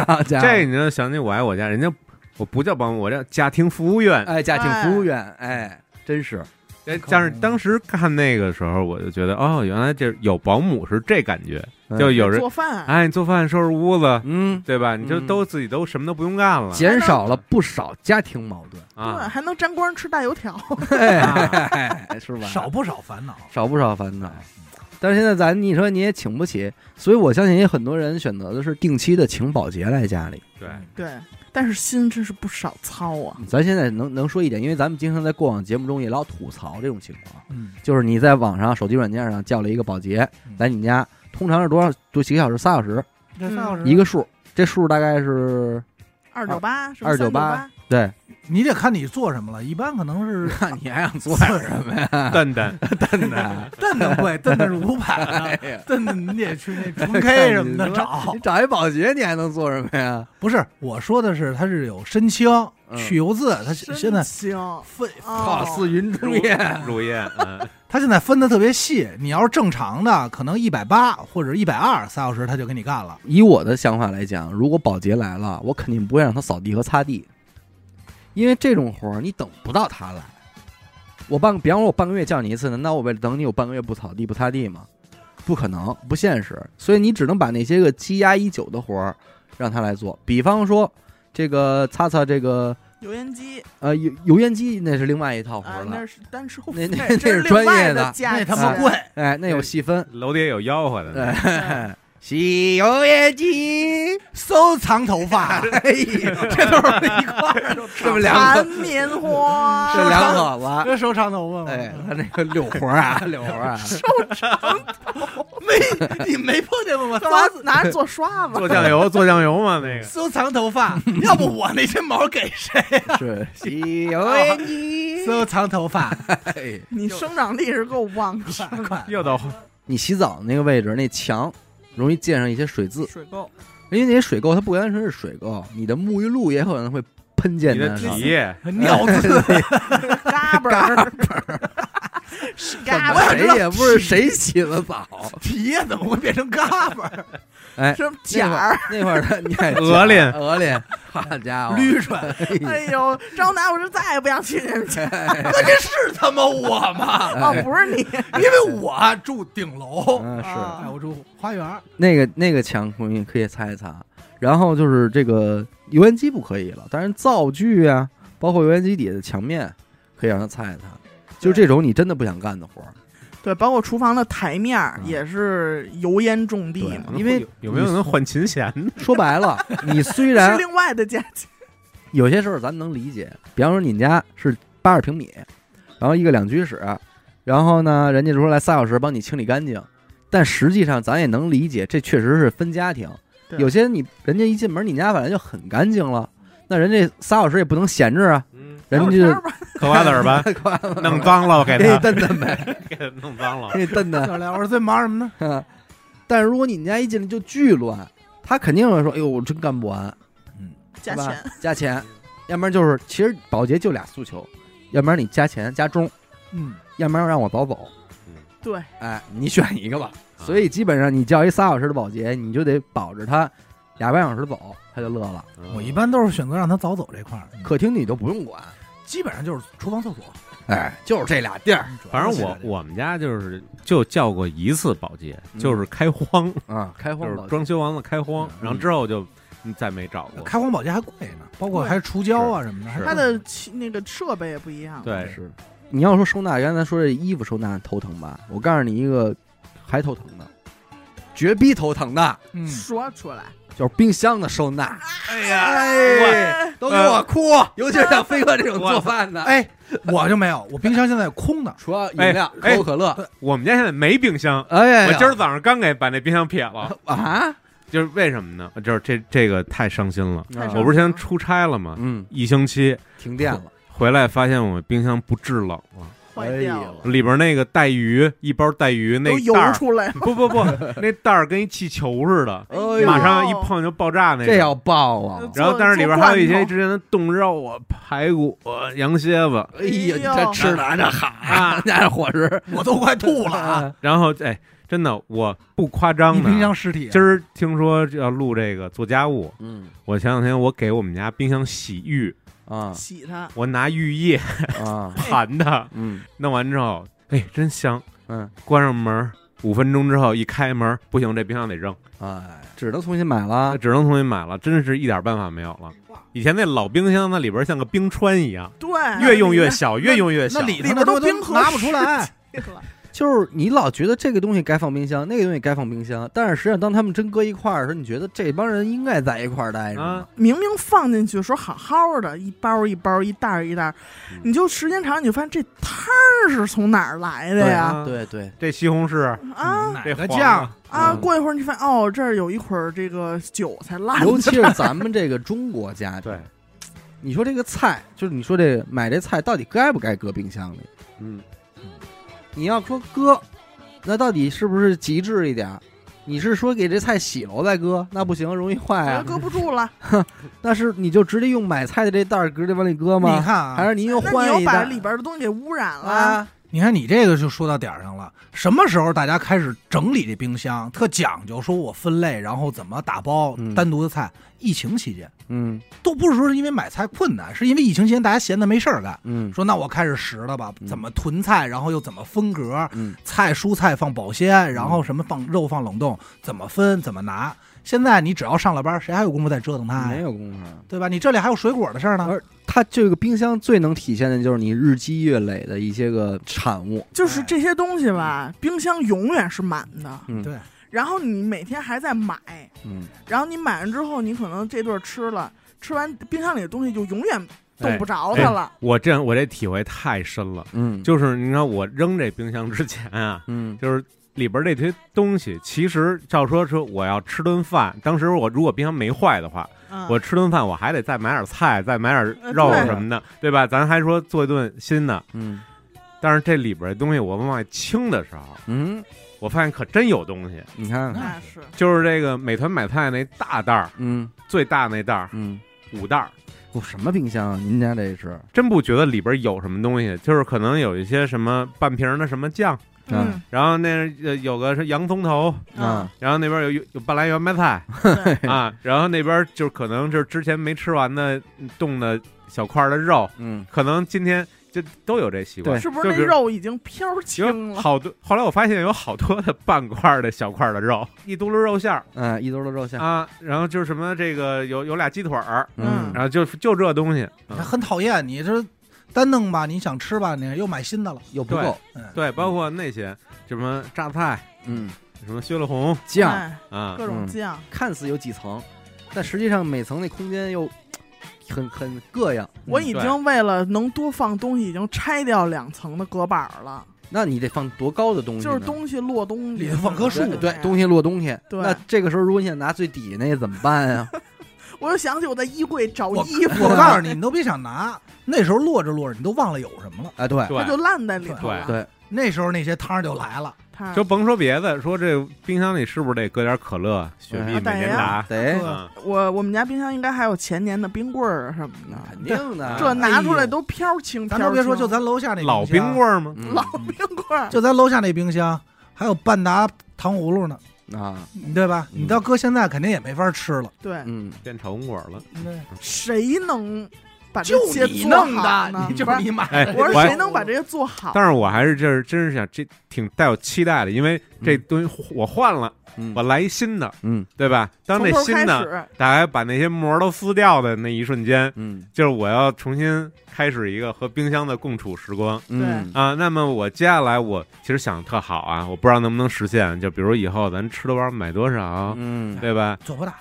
好家伙这你就想起我爱我家，人家我不叫保姆，我叫家庭服务员。哎，家庭服务员，哎，真是，哎，但是当时看那个时候，我就觉得哦，原来这有保姆是这感觉，嗯就有人做饭啊，哎，你做饭、收拾屋子，嗯，对吧？你就都自己都什么都不用干了减少了不少家庭矛盾，对，啊，还能沾光吃大油条。哎，是吧？ 少不少烦恼。少不少烦恼。但是现在咱你说你也请不起，所以我相信也很多人选择的是定期的请保洁来家里。对，对，但是心真是不少操啊。咱现在能能说一点，因为咱们经常在过往节目中也老吐槽这种情况，嗯，就是你在网上手机软件上叫了一个保洁嗯来你家，通常是多少多几个小时？仨小时这三小时一个数，这数大概是二九八，什么啊二九398，对，你得看你做什么了，一般可能是那 你还想做什 么呀？蛋 蛋，真的？蹬蹬贵，蹬蹬是五百， 哎呀，蹬蹬你得去 那纯 K 什么的找你。找一保洁，你还能做什么呀？不是，我说的是它是有身轻嗯去油渍，它真现在行，分哦云如燕，如燕，嗯，它现在分的特别细。你要是正常的，可能一百八或者一百二，仨小时它就给你干了。 以我的想法来讲，如果保洁来了，我肯定不会让他扫地和擦地，因为这种活儿你等不到他来。我半比方说，我半个月叫你一次，难道我为了等你，我半个月不扫地不擦地吗？不可能，不现实。所以你只能把那些个积压已久的活儿让他来做。比方说，这个擦擦这个油烟机呃油油烟机，哦那是另外一套活啊儿，了。那是单收那费，那这那是另专外业的的价那钱，他妈贵，哎，那有细分。楼底下有吆喝的呢，嗯哎， 洗油烟机，收藏头发，哎呀，这都是一块儿 的，这么两口弹棉花，这两口子。 这收长头发 吗？哎，他那个柳活儿啊，柳活儿啊，没，你没碰见 过吗？干嘛拿着做刷子？ 做酱油，做酱油嘛，那个收藏头 发，要不我那些毛给谁？是洗油烟机。 收藏头 发，哎你生长力是够旺 的，嗯 快快！又到你洗澡那个位置，那墙容易溅上一些水渍，水垢因为那些水垢它不单纯是水垢，你的沐浴露也可能会喷溅你在的上体。液，尿渍，嘎嘣儿，嘎嘣谁儿，也不是谁洗的 澡，体液怎么会变成嘎 巴儿？哎，什么假儿？那会儿他你看鹅脸鹅脸，好家伙，捋出来， 哎呦，张楠，我是再也不想去你们家哎那这是他妈我 吗？哦，不是你，因为我住顶楼，嗯是。哦哎，我住花园，那个那个墙空你可以擦一擦，然后就是这个油烟机不可以了，当然灶具啊，包括油烟机底下的墙面，可以让他擦一擦。就这种你真的不想干的活儿，对，包括厨房的台面儿嗯也是油烟重地对嘛，因为有没有能换琴弦的？说白了，你虽是然另外的价钱。有些时候咱能理解，比方说你们家是八十平米，然后一个两居室，然后呢，人家就说来仨小时帮你清理干净，但实际上咱也能理解，这确实是分家庭，对有些你人家一进门，你家本来就很干净了，那人家仨小时也不能闲着啊，人家聊会就儿吧嗑瓜子儿啊 吧，弄脏了我给给你他，蹬蹬呗，给他弄脏了。给你蹬 蹬。小梁，我说最忙什么呢？但是如果你们家一进来就巨乱，他肯定会说：“哎呦，我真干不完。”加是吧钱，加钱，要不然就是其实保洁就俩诉求，要不然你加钱加钟，嗯，要不然让我保保，对，哎，你选一个吧。 所以基本上你叫一仨小时的保洁，你就得保着他俩半小时走，他就乐了。我一般都是选择让他早走这块儿，客厅你都不用管，基本上就是厨房、厕所。哎，就是这俩地儿主嗯要反正是我这个我们家就是就叫过一次保洁，嗯就是开荒，啊，开就荒是保洁。装修完了开荒，然后之后就再没找过。开荒保洁还贵呢，包括还是除胶啊什么的，是还它的器那个设备也不一样。对，是，你要说收纳，刚才说这衣服收纳头疼吧？我告诉你一个还头疼的，绝逼头疼的，嗯，说出来，就是冰箱的收纳，哎哎，都给我哭，尤其是像飞哥这种做饭的，哎，我就没有，我冰箱现在空的，除了饮料、哎可口可乐，我们家现在没冰箱，哎呀我今儿早上刚给把那冰箱撇了，啊，就是为什么呢？就是这这个太伤心了。太伤心我不是先出差了吗？嗯，一星期停电了，回来发现我冰箱不制冷了，坏掉哎了，呦里边那个带鱼一包带鱼那都袋油儿，出来了。 不不不，那袋儿跟一气球似的，哎呦马上一碰就爆炸那这种。要爆啊！然后但是里边还有一些做之前的冻肉啊、排骨啊、羊蝎子，哎呀，你这吃的这哈 啊，那这伙食我都快吐了啊！啊，然后哎，真的我不夸张一的冰啊，箱尸体，今儿听说要录这个做家务，嗯我前两天我给我们家冰箱洗浴，啊洗它，我拿浴液啊，盘它，嗯弄完之后，哎，真香！嗯，关上门儿五分钟之后一开门儿，不行，这冰箱得扔，哎，呃只能重新买了只能重新买了，真是一点办法没有了。以前那老冰箱那里边像个冰川一样，对，越用越小，越用越小啊那。里里头边都那东西冰河拿不出来，了。就是你老觉得这个东西该放冰箱，那个东西该放冰箱，但是实际上当他们真搁一块儿的时候，你觉得这帮人应该在一块儿待着呢啊，明明放进去的时候好好的，一包一包，一袋儿一袋儿嗯，你就时间长，你就发现这汤儿是从哪儿来的呀？啊嗯对对，这西红柿，啊哪这嗯个黄酱的，啊！嗯过一会儿你发现哦，这儿有一捆儿这个韭菜烂尤的，其是咱们这个中国家庭对，你说这个菜，就是你说这个买这菜到底该不该搁冰箱里？嗯，你要说搁，那到底是不是极致一点儿？你是说给这菜洗了再搁，那不行，容易坏哎啊。搁不住了。那是你就直接用买菜的这袋儿直接往里搁你吗？看还啊，是您又那你换一又把袋里边的东西给污染了，啊？你看你这个就说到点儿上了。什么时候大家开始整理这冰箱，特讲究，说我分类，然后怎么打包嗯单独的菜？疫情期间嗯都不是说是因为买菜困难，是因为疫情期间大家闲的没事儿干，嗯说那我开始拾了吧嗯，怎么囤菜，然后又怎么分格，嗯菜蔬菜放保鲜，然后什么放肉放冷冻，怎么分怎么拿。现在你只要上了班，谁还有功夫再折腾它没呀？有功夫啊。对吧？你这里还有水果的事儿呢而。它这个冰箱最能体现的就是你日积月累的一些个产物。就是这些东西吧，冰箱永远是满的，哎嗯对然后你每天还在买，嗯，然后你买完之后，你可能这顿吃了，吃完冰箱里的东西就永远哎动不着它了。我这我这体会太深了，嗯就是你看我扔这冰箱之前啊，嗯就是里边这堆东西，其实照说说我要吃顿饭，当时我如果冰箱没坏的话，嗯我吃顿饭我还得再买点菜，再买点呃肉对什么的，对吧？咱还说做一顿新的，嗯但是这里边的东西我往外清的时候，嗯，我发现可真有东西，你看看，那是就是这个美团买菜那大袋儿，嗯最大那袋儿嗯，五袋儿，我什么冰箱啊？您家这是？真不觉得里边有什么东西，就是可能有一些什么半瓶的什么酱，嗯然后那呃有个是洋葱头， 啊，然后那边有有有半拉圆白菜。对啊，然后那边就是可能就是之前没吃完的冻的小块儿的肉，嗯可能今天就都有这习惯。是不是就比那如肉已经飘有青了？好多，后来我发现有好多的半块儿的小块儿的肉， 一嘟噜肉馅儿哎，一兜的肉馅儿，啊，然后就是什么这个有有俩鸡腿儿，嗯然后就就这东西，他啊很讨厌你这单弄吧，你想吃吧，你又买新的了。嗯又不够，对，包括那些什么榨菜、嗯，什么雪里红酱哎啊各，种嗯酱，看似有几层，但实际上每层那空间又很很各样。我已经为了能多放东西，已经拆掉两层的隔板儿了，嗯那你得放多高的东西就呢？是东西落东西，里头放棵树对对哎东西落东西。对那这个时候如果你想拿最底那怎么办呀？ 我又想起我在衣柜找我衣服我了，告诉你，你都别想拿。那时候落着落着，你都忘了有什么了。啊，对，对啊它就烂在里头了。对那时候那些汤儿就来了，它就甭说别的，说这冰箱里是不是得搁点可乐、雪碧、哎美年达？得对嗯我我们家冰箱应该还有前年的冰棍儿什么那肯的，定的。这拿出哎来嗯呦都飘青飘咱青。都别说，就咱嗯楼下那老冰箱棍儿吗？嗯老冰棍儿，就咱楼下那冰箱，还有半打糖葫芦呢，啊，对吧？嗯你到搁现在肯定也没法吃了。对，嗯，变炒红果了。对，谁能嗯把这就些你做弄好的呢，你就不是是你买哎的。我说我还谁能把这些做好？但是我还是就是真是想这挺带有期待的，因为这东西我换了，嗯我来一新的，嗯对吧？当从这头新开的始，大概把那些膜都撕掉的那一瞬间，嗯就是我要重新开始一个和冰箱的共处时光嗯，啊。那么我接下来我其实想得特好啊，我不知道能不能实现，就比如以后咱吃多少买多少，嗯，对吧？做不大，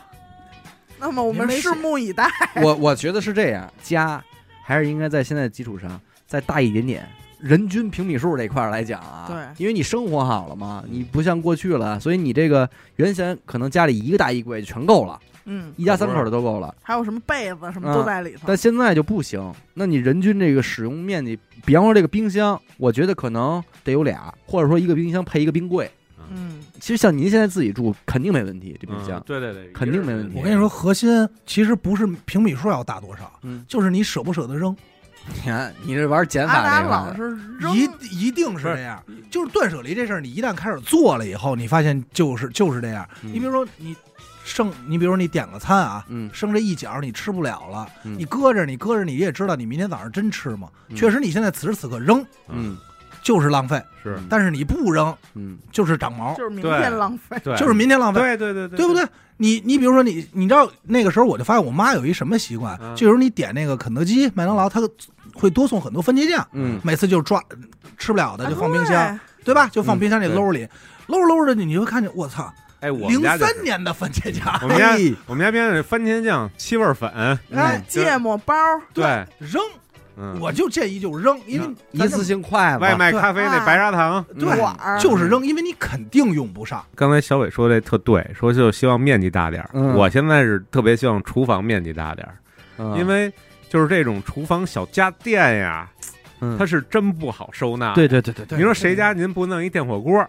那么我们您没拭写目以待。 我我觉得是这样，家还是应该在现在的基础上再大一点点。人均平米数这块儿来讲啊，对因为你生活好了嘛，你不像过去了，所以你这个原先可能家里一个大衣柜就全够了，嗯，一家三口的都够了，还有什么被子什么嗯啊都在里头。但现在就不行。那你人均这个使用面积，比方说这个冰箱，我觉得可能得有俩，或者说一个冰箱配一个冰柜。嗯，其实像您现在自己住，肯定没问题，这嗯冰箱。对对对，肯定没问题我跟你说，核心其实不是平米数要大多少，嗯就是你舍不舍得扔，你嗯看， 你这玩减阿法达这老个，是扔，一一定是这样。就是断舍离这事儿，你一旦开始做了以后，你发现就是就是这样。嗯你比如说你剩，你比如说你点个餐啊，嗯剩这一角你吃不了了，嗯你搁着你搁着，你也知道你明天早上真吃吗？嗯确实，你现在此时此刻扔嗯就是浪费，是，但是你不扔嗯就是长毛就，是明对天浪费。对，就是明天浪费，对对对对，对不？对？你你比如说你，你知道那个时候我就发现我妈有一什么习惯，嗯就是你点那个肯德基、麦当劳，它会多送很多番茄酱，嗯每次就抓吃不了的啊就放冰箱，，对吧？就放冰箱里嗯对搂里，搂着搂着你就会看见，我操，哎，我零们家就三是嗯年的番茄酱，我们家哎我们家边上番茄酱七味儿粉，嗯对哎，就是芥末包儿，对，扔，嗯，我就建议就扔，因为一次性筷子，外卖咖啡那啊白砂糖，对管儿，就是扔，因为你肯定用不上。刚才小伟说这特对，说就希望面积大点儿。嗯我现在是特别希望厨房面积大点儿，嗯，因为就是这种厨房小家电呀，嗯它是真不好收纳。，对对对对，对你说谁家您不弄一电火锅？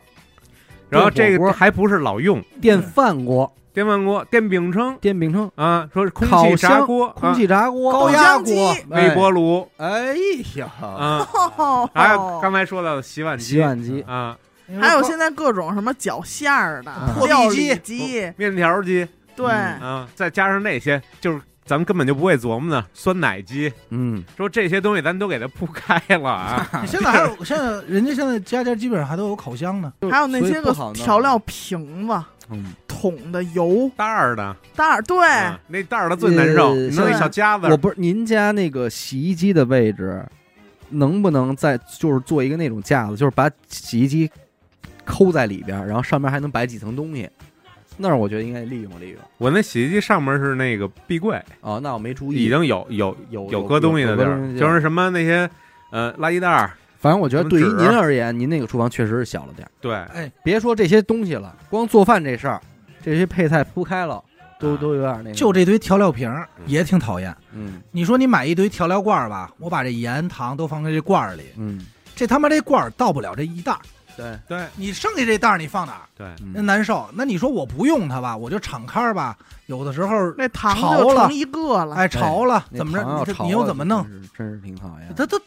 然后电这火锅个还不是老用电饭锅、电饭锅、电饼铛电饼铛、啊，说是空烤气炸箱锅、啊空气炸锅、高压压锅锅，微波炉哎，哎呀，啊，哦。哎还有刚才说到的洗碗洗机碗机、啊、还有现在各种什么绞馅儿的啊、料嗯破壁理机机，面条机对，嗯啊，再加上那些就是咱们根本就不会琢磨的酸奶机，嗯，说这些东西咱都给它铺开了啊。 现在还有现在人家现在家家基本上还都有烤箱呢，还有嗯那所以些不个好弄调料，瓶子、嗯桶的油袋儿的，袋儿，对，嗯那袋儿的最难哎受，呃你弄一小夹子我，不是您家那个洗衣机的位置，能不能再就是做一个那种架子，就是把洗衣机抠在里边儿，然后上面还能摆几层东西，那儿我觉得应该利用利用。我那洗衣机上面是那个壁柜，哦，那我没注意，已经有有有有搁东西的地有搁儿东，西就是什么那些呃垃圾袋儿，反正我觉得对于什么纸啊您而言，您那个厨房确实是小了点儿。对，哎，别说这些东西了，光做饭这事儿，这些配菜铺开了，都、啊都有点那个。就，这堆调料瓶儿也挺讨厌。嗯你说你买一堆调料罐儿吧，我把这盐、糖都放在这罐儿里，嗯，这他妈这罐儿到不了这一袋儿，对，对你剩下这袋儿你放哪儿？对，那嗯难受。那你说我不用它吧，我就敞开儿吧，有的时候那糖潮就了成一个了。哎潮了，那怎么糖要啊着？你炒这你又了怎么弄？真是真是挺讨厌。它都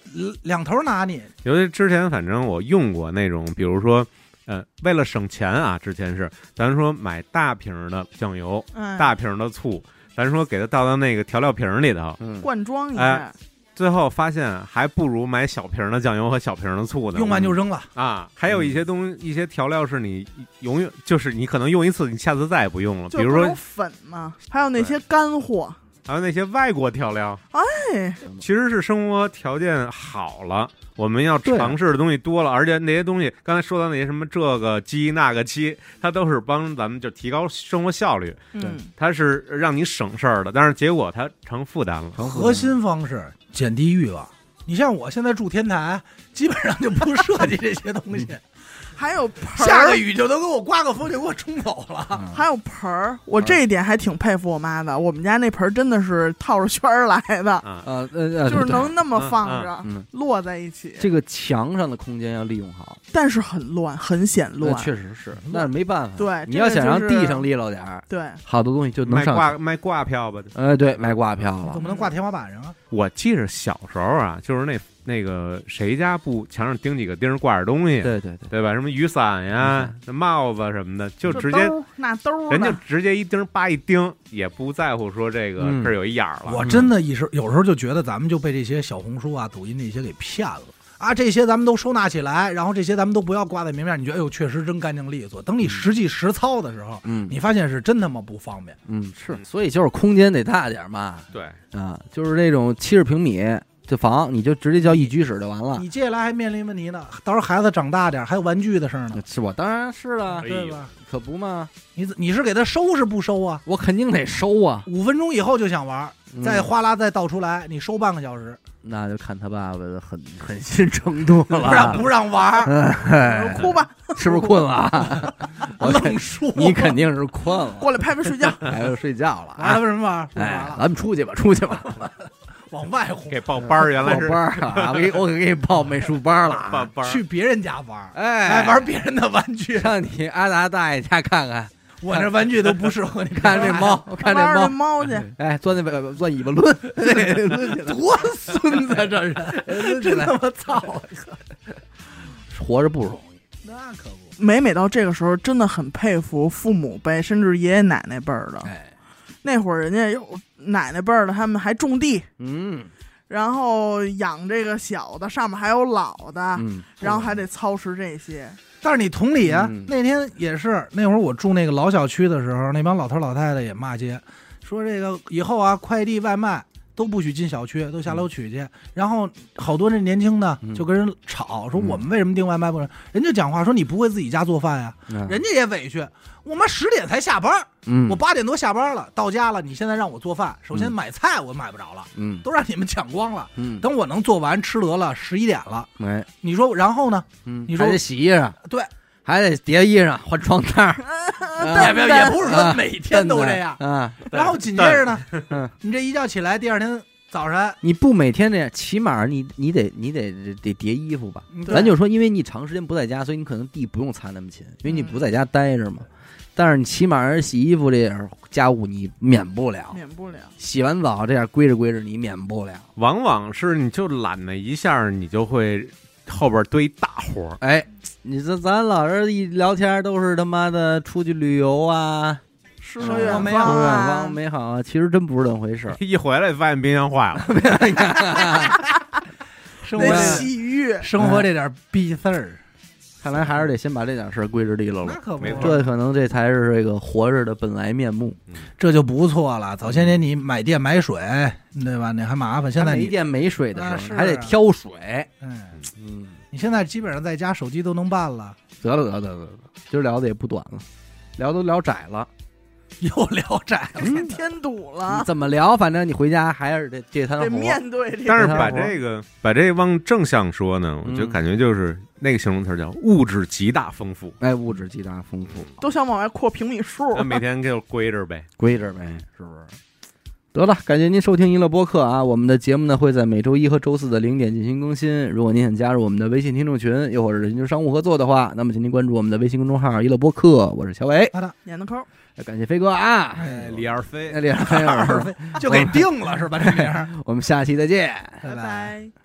两头拿你，尤其之前反正我用过那种，比如说呃，为了省钱啊，之前是咱说买大瓶儿的酱油，嗯，大瓶儿的醋，咱说给它倒到那个调料瓶儿里头，嗯，灌装一下哎，最后发现还不如买小瓶儿的酱油和小瓶儿的醋呢，用完就扔了。啊，还有一些东一些调料是你永远就是你可能用一次，你下次再也不用了。就比如各种说粉嘛，还有那些干货，还有那些外国调料，哎，其实是生活条件好了，我们要啊对尝试的东西多了，而且那些东西刚才说到那些什么这个鸡那个鸡，它都是帮咱们就提高生活效率，嗯，它是让你省事儿的，但是结果它成负担了。核心方式减低欲望。你像我现在住天台，基本上就不设计这些东西，嗯还有盆 下个儿，雨就能给我刮个风就给我冲走啊了。还有盆儿，我这一点还挺佩服我妈的。我们家那盆儿真的是套着圈儿来的，啊，呃呃呃，就是对能那么嗯放着嗯，摞在一起，这个墙上的空间要利用好，但是很乱，很显那乱。确实是，那没办法。对你要这个想让就是地上利落点儿，对，好多东西就能卖上去。挂卖挂票吧。呃，对，买挂票了 总，不能挂天花板上啊！我记着小时候啊，就是那那个谁家不墙上钉几个钉儿挂着东西，对对对，对吧？什么雨伞雨呀伞、那帽子什么的，就这直接兜儿那兜儿人就呢直接一钉儿叭一钉，也不在乎说这个嗯这儿有一眼儿了。我真的一时有时候就觉得咱们就被这些小红书啊、抖音这些给骗了啊！这些咱们都收纳起来，然后这些咱们都不要挂在明面，你觉得哎呦确实真干净利索。等你实际实操的时候，嗯你发现是真他妈不方便。嗯是，所以就是空间得大点儿嘛，对，啊，就是这种七十平米的房，你就直接叫一居室就完了。你接下来还面临问题呢，到时候孩子长大点儿还有玩具的事儿呢，啊是我当然是了哎，对呦，吧？可不嘛，你怎你是给他收是不收啊？我肯定得收啊。五分钟以后就想玩儿，嗯再哗啦再倒出来，你收半个小时，那就看他爸爸的狠狠心程度不让了，不让玩儿，哎哭吧，是不是困了啊？我肯愣说你肯定是困了，过来拍拍睡觉。还要睡觉了玩啊儿？为什么玩儿？不玩哎，了，咱们出去吧，出去 吧，往外轰给，报班儿原报来是班儿啊！我给我给你报美术班了报啊！班儿去，别人家玩儿，哎哎，玩别人的玩 具，上你阿达大爷家看看，我这玩具都不适合你。看这猫， 看这玩儿猫那，猫去，哎，钻那尾钻尾巴抡， 抡起来，多孙子这人， 抡起真来他，妈操！啊 活着不容易。 那可不，每每到这个时候，真的很佩服父母辈，甚至爷爷奶奶辈儿的。哎，那会儿人家有奶奶辈儿的，他们还种地，嗯然后养这个小的，上面还有老的，嗯，然后还得操持这些。但是你同理啊嗯，那天也是那会儿我住那个老小区的时候，那帮老头老太太也骂街，说这个以后啊，快递外卖都不许进小区，都下楼取去。然后好多这年轻的嗯就跟人吵，说嗯我们为什么订外卖不能？人家讲话说你不会自己家做饭呀，嗯人家也委屈，我妈十点才下班儿，我嗯八点多下班了，到家了，你现在让我做饭，首先买菜我买不着了，嗯都让你们抢光了。嗯，等我能做完吃得了，十一点了，没，你说然后呢？嗯，哎你说还得洗衣裳，对，还得叠衣裳，换床单儿， 啊 也没有，也不是说啊每天都这样。啊！然后紧接着嗯呢，你这一觉起来，第二天早晨，你不每天这样，起码你你得你得得叠衣服吧。你咱就说，因为你长时间不在家，所以你可能地不用擦那么勤，因为你不嗯在家待着嘛。但是你起码洗衣服这点儿家务你免不了，免不了，洗完澡这样归着归着你免不了。往往是你就懒得一下儿，你就会后边堆大活儿。哎，你这咱老是一聊天都是他妈的出去旅游啊，诗是和吧远我没出有去方远啊方，美好啊，其实真不是那么回事 儿。 一回来发现冰箱坏了，生活对那吧这洗浴，啊生哎活这点逼事儿，看来还是得先把这点事儿归置利落那了，可不没，错这可能这才是这个活着的本来面目。这就不错了。早些年你买电买水，对吧？那还麻烦。现在没你，电没水的啊时是候，啊还得挑水。嗯，嗯，你现在基本上在家手机都能办了，得了得了得了，今儿聊的也不短了，聊都聊窄了。又聊窄 了。嗯添堵你了，怎么聊？反正你回家还是这这得摊活。面对啊这但个。是把这个把这往正向说呢，我就嗯感觉就是那个形容词儿叫物质极大 丰富，哎，物质极大丰富，都想往外扩平米数，嗯那每天就归着呗。规着呗，是不是？得了，感谢您收听娱乐播客啊！我们的节目呢会在每周一和周四的零点进行更新。如果您想加入我们的微信听众群，又或者是寻求商务合作的话，那么请您关注我们的微信公众号“娱乐播客”，我是小伟，撵的抠，感谢飞哥啊！哎李二飞那，李二飞， 就给定了是吧？这名儿，我们下期再见。嗯拜拜。拜。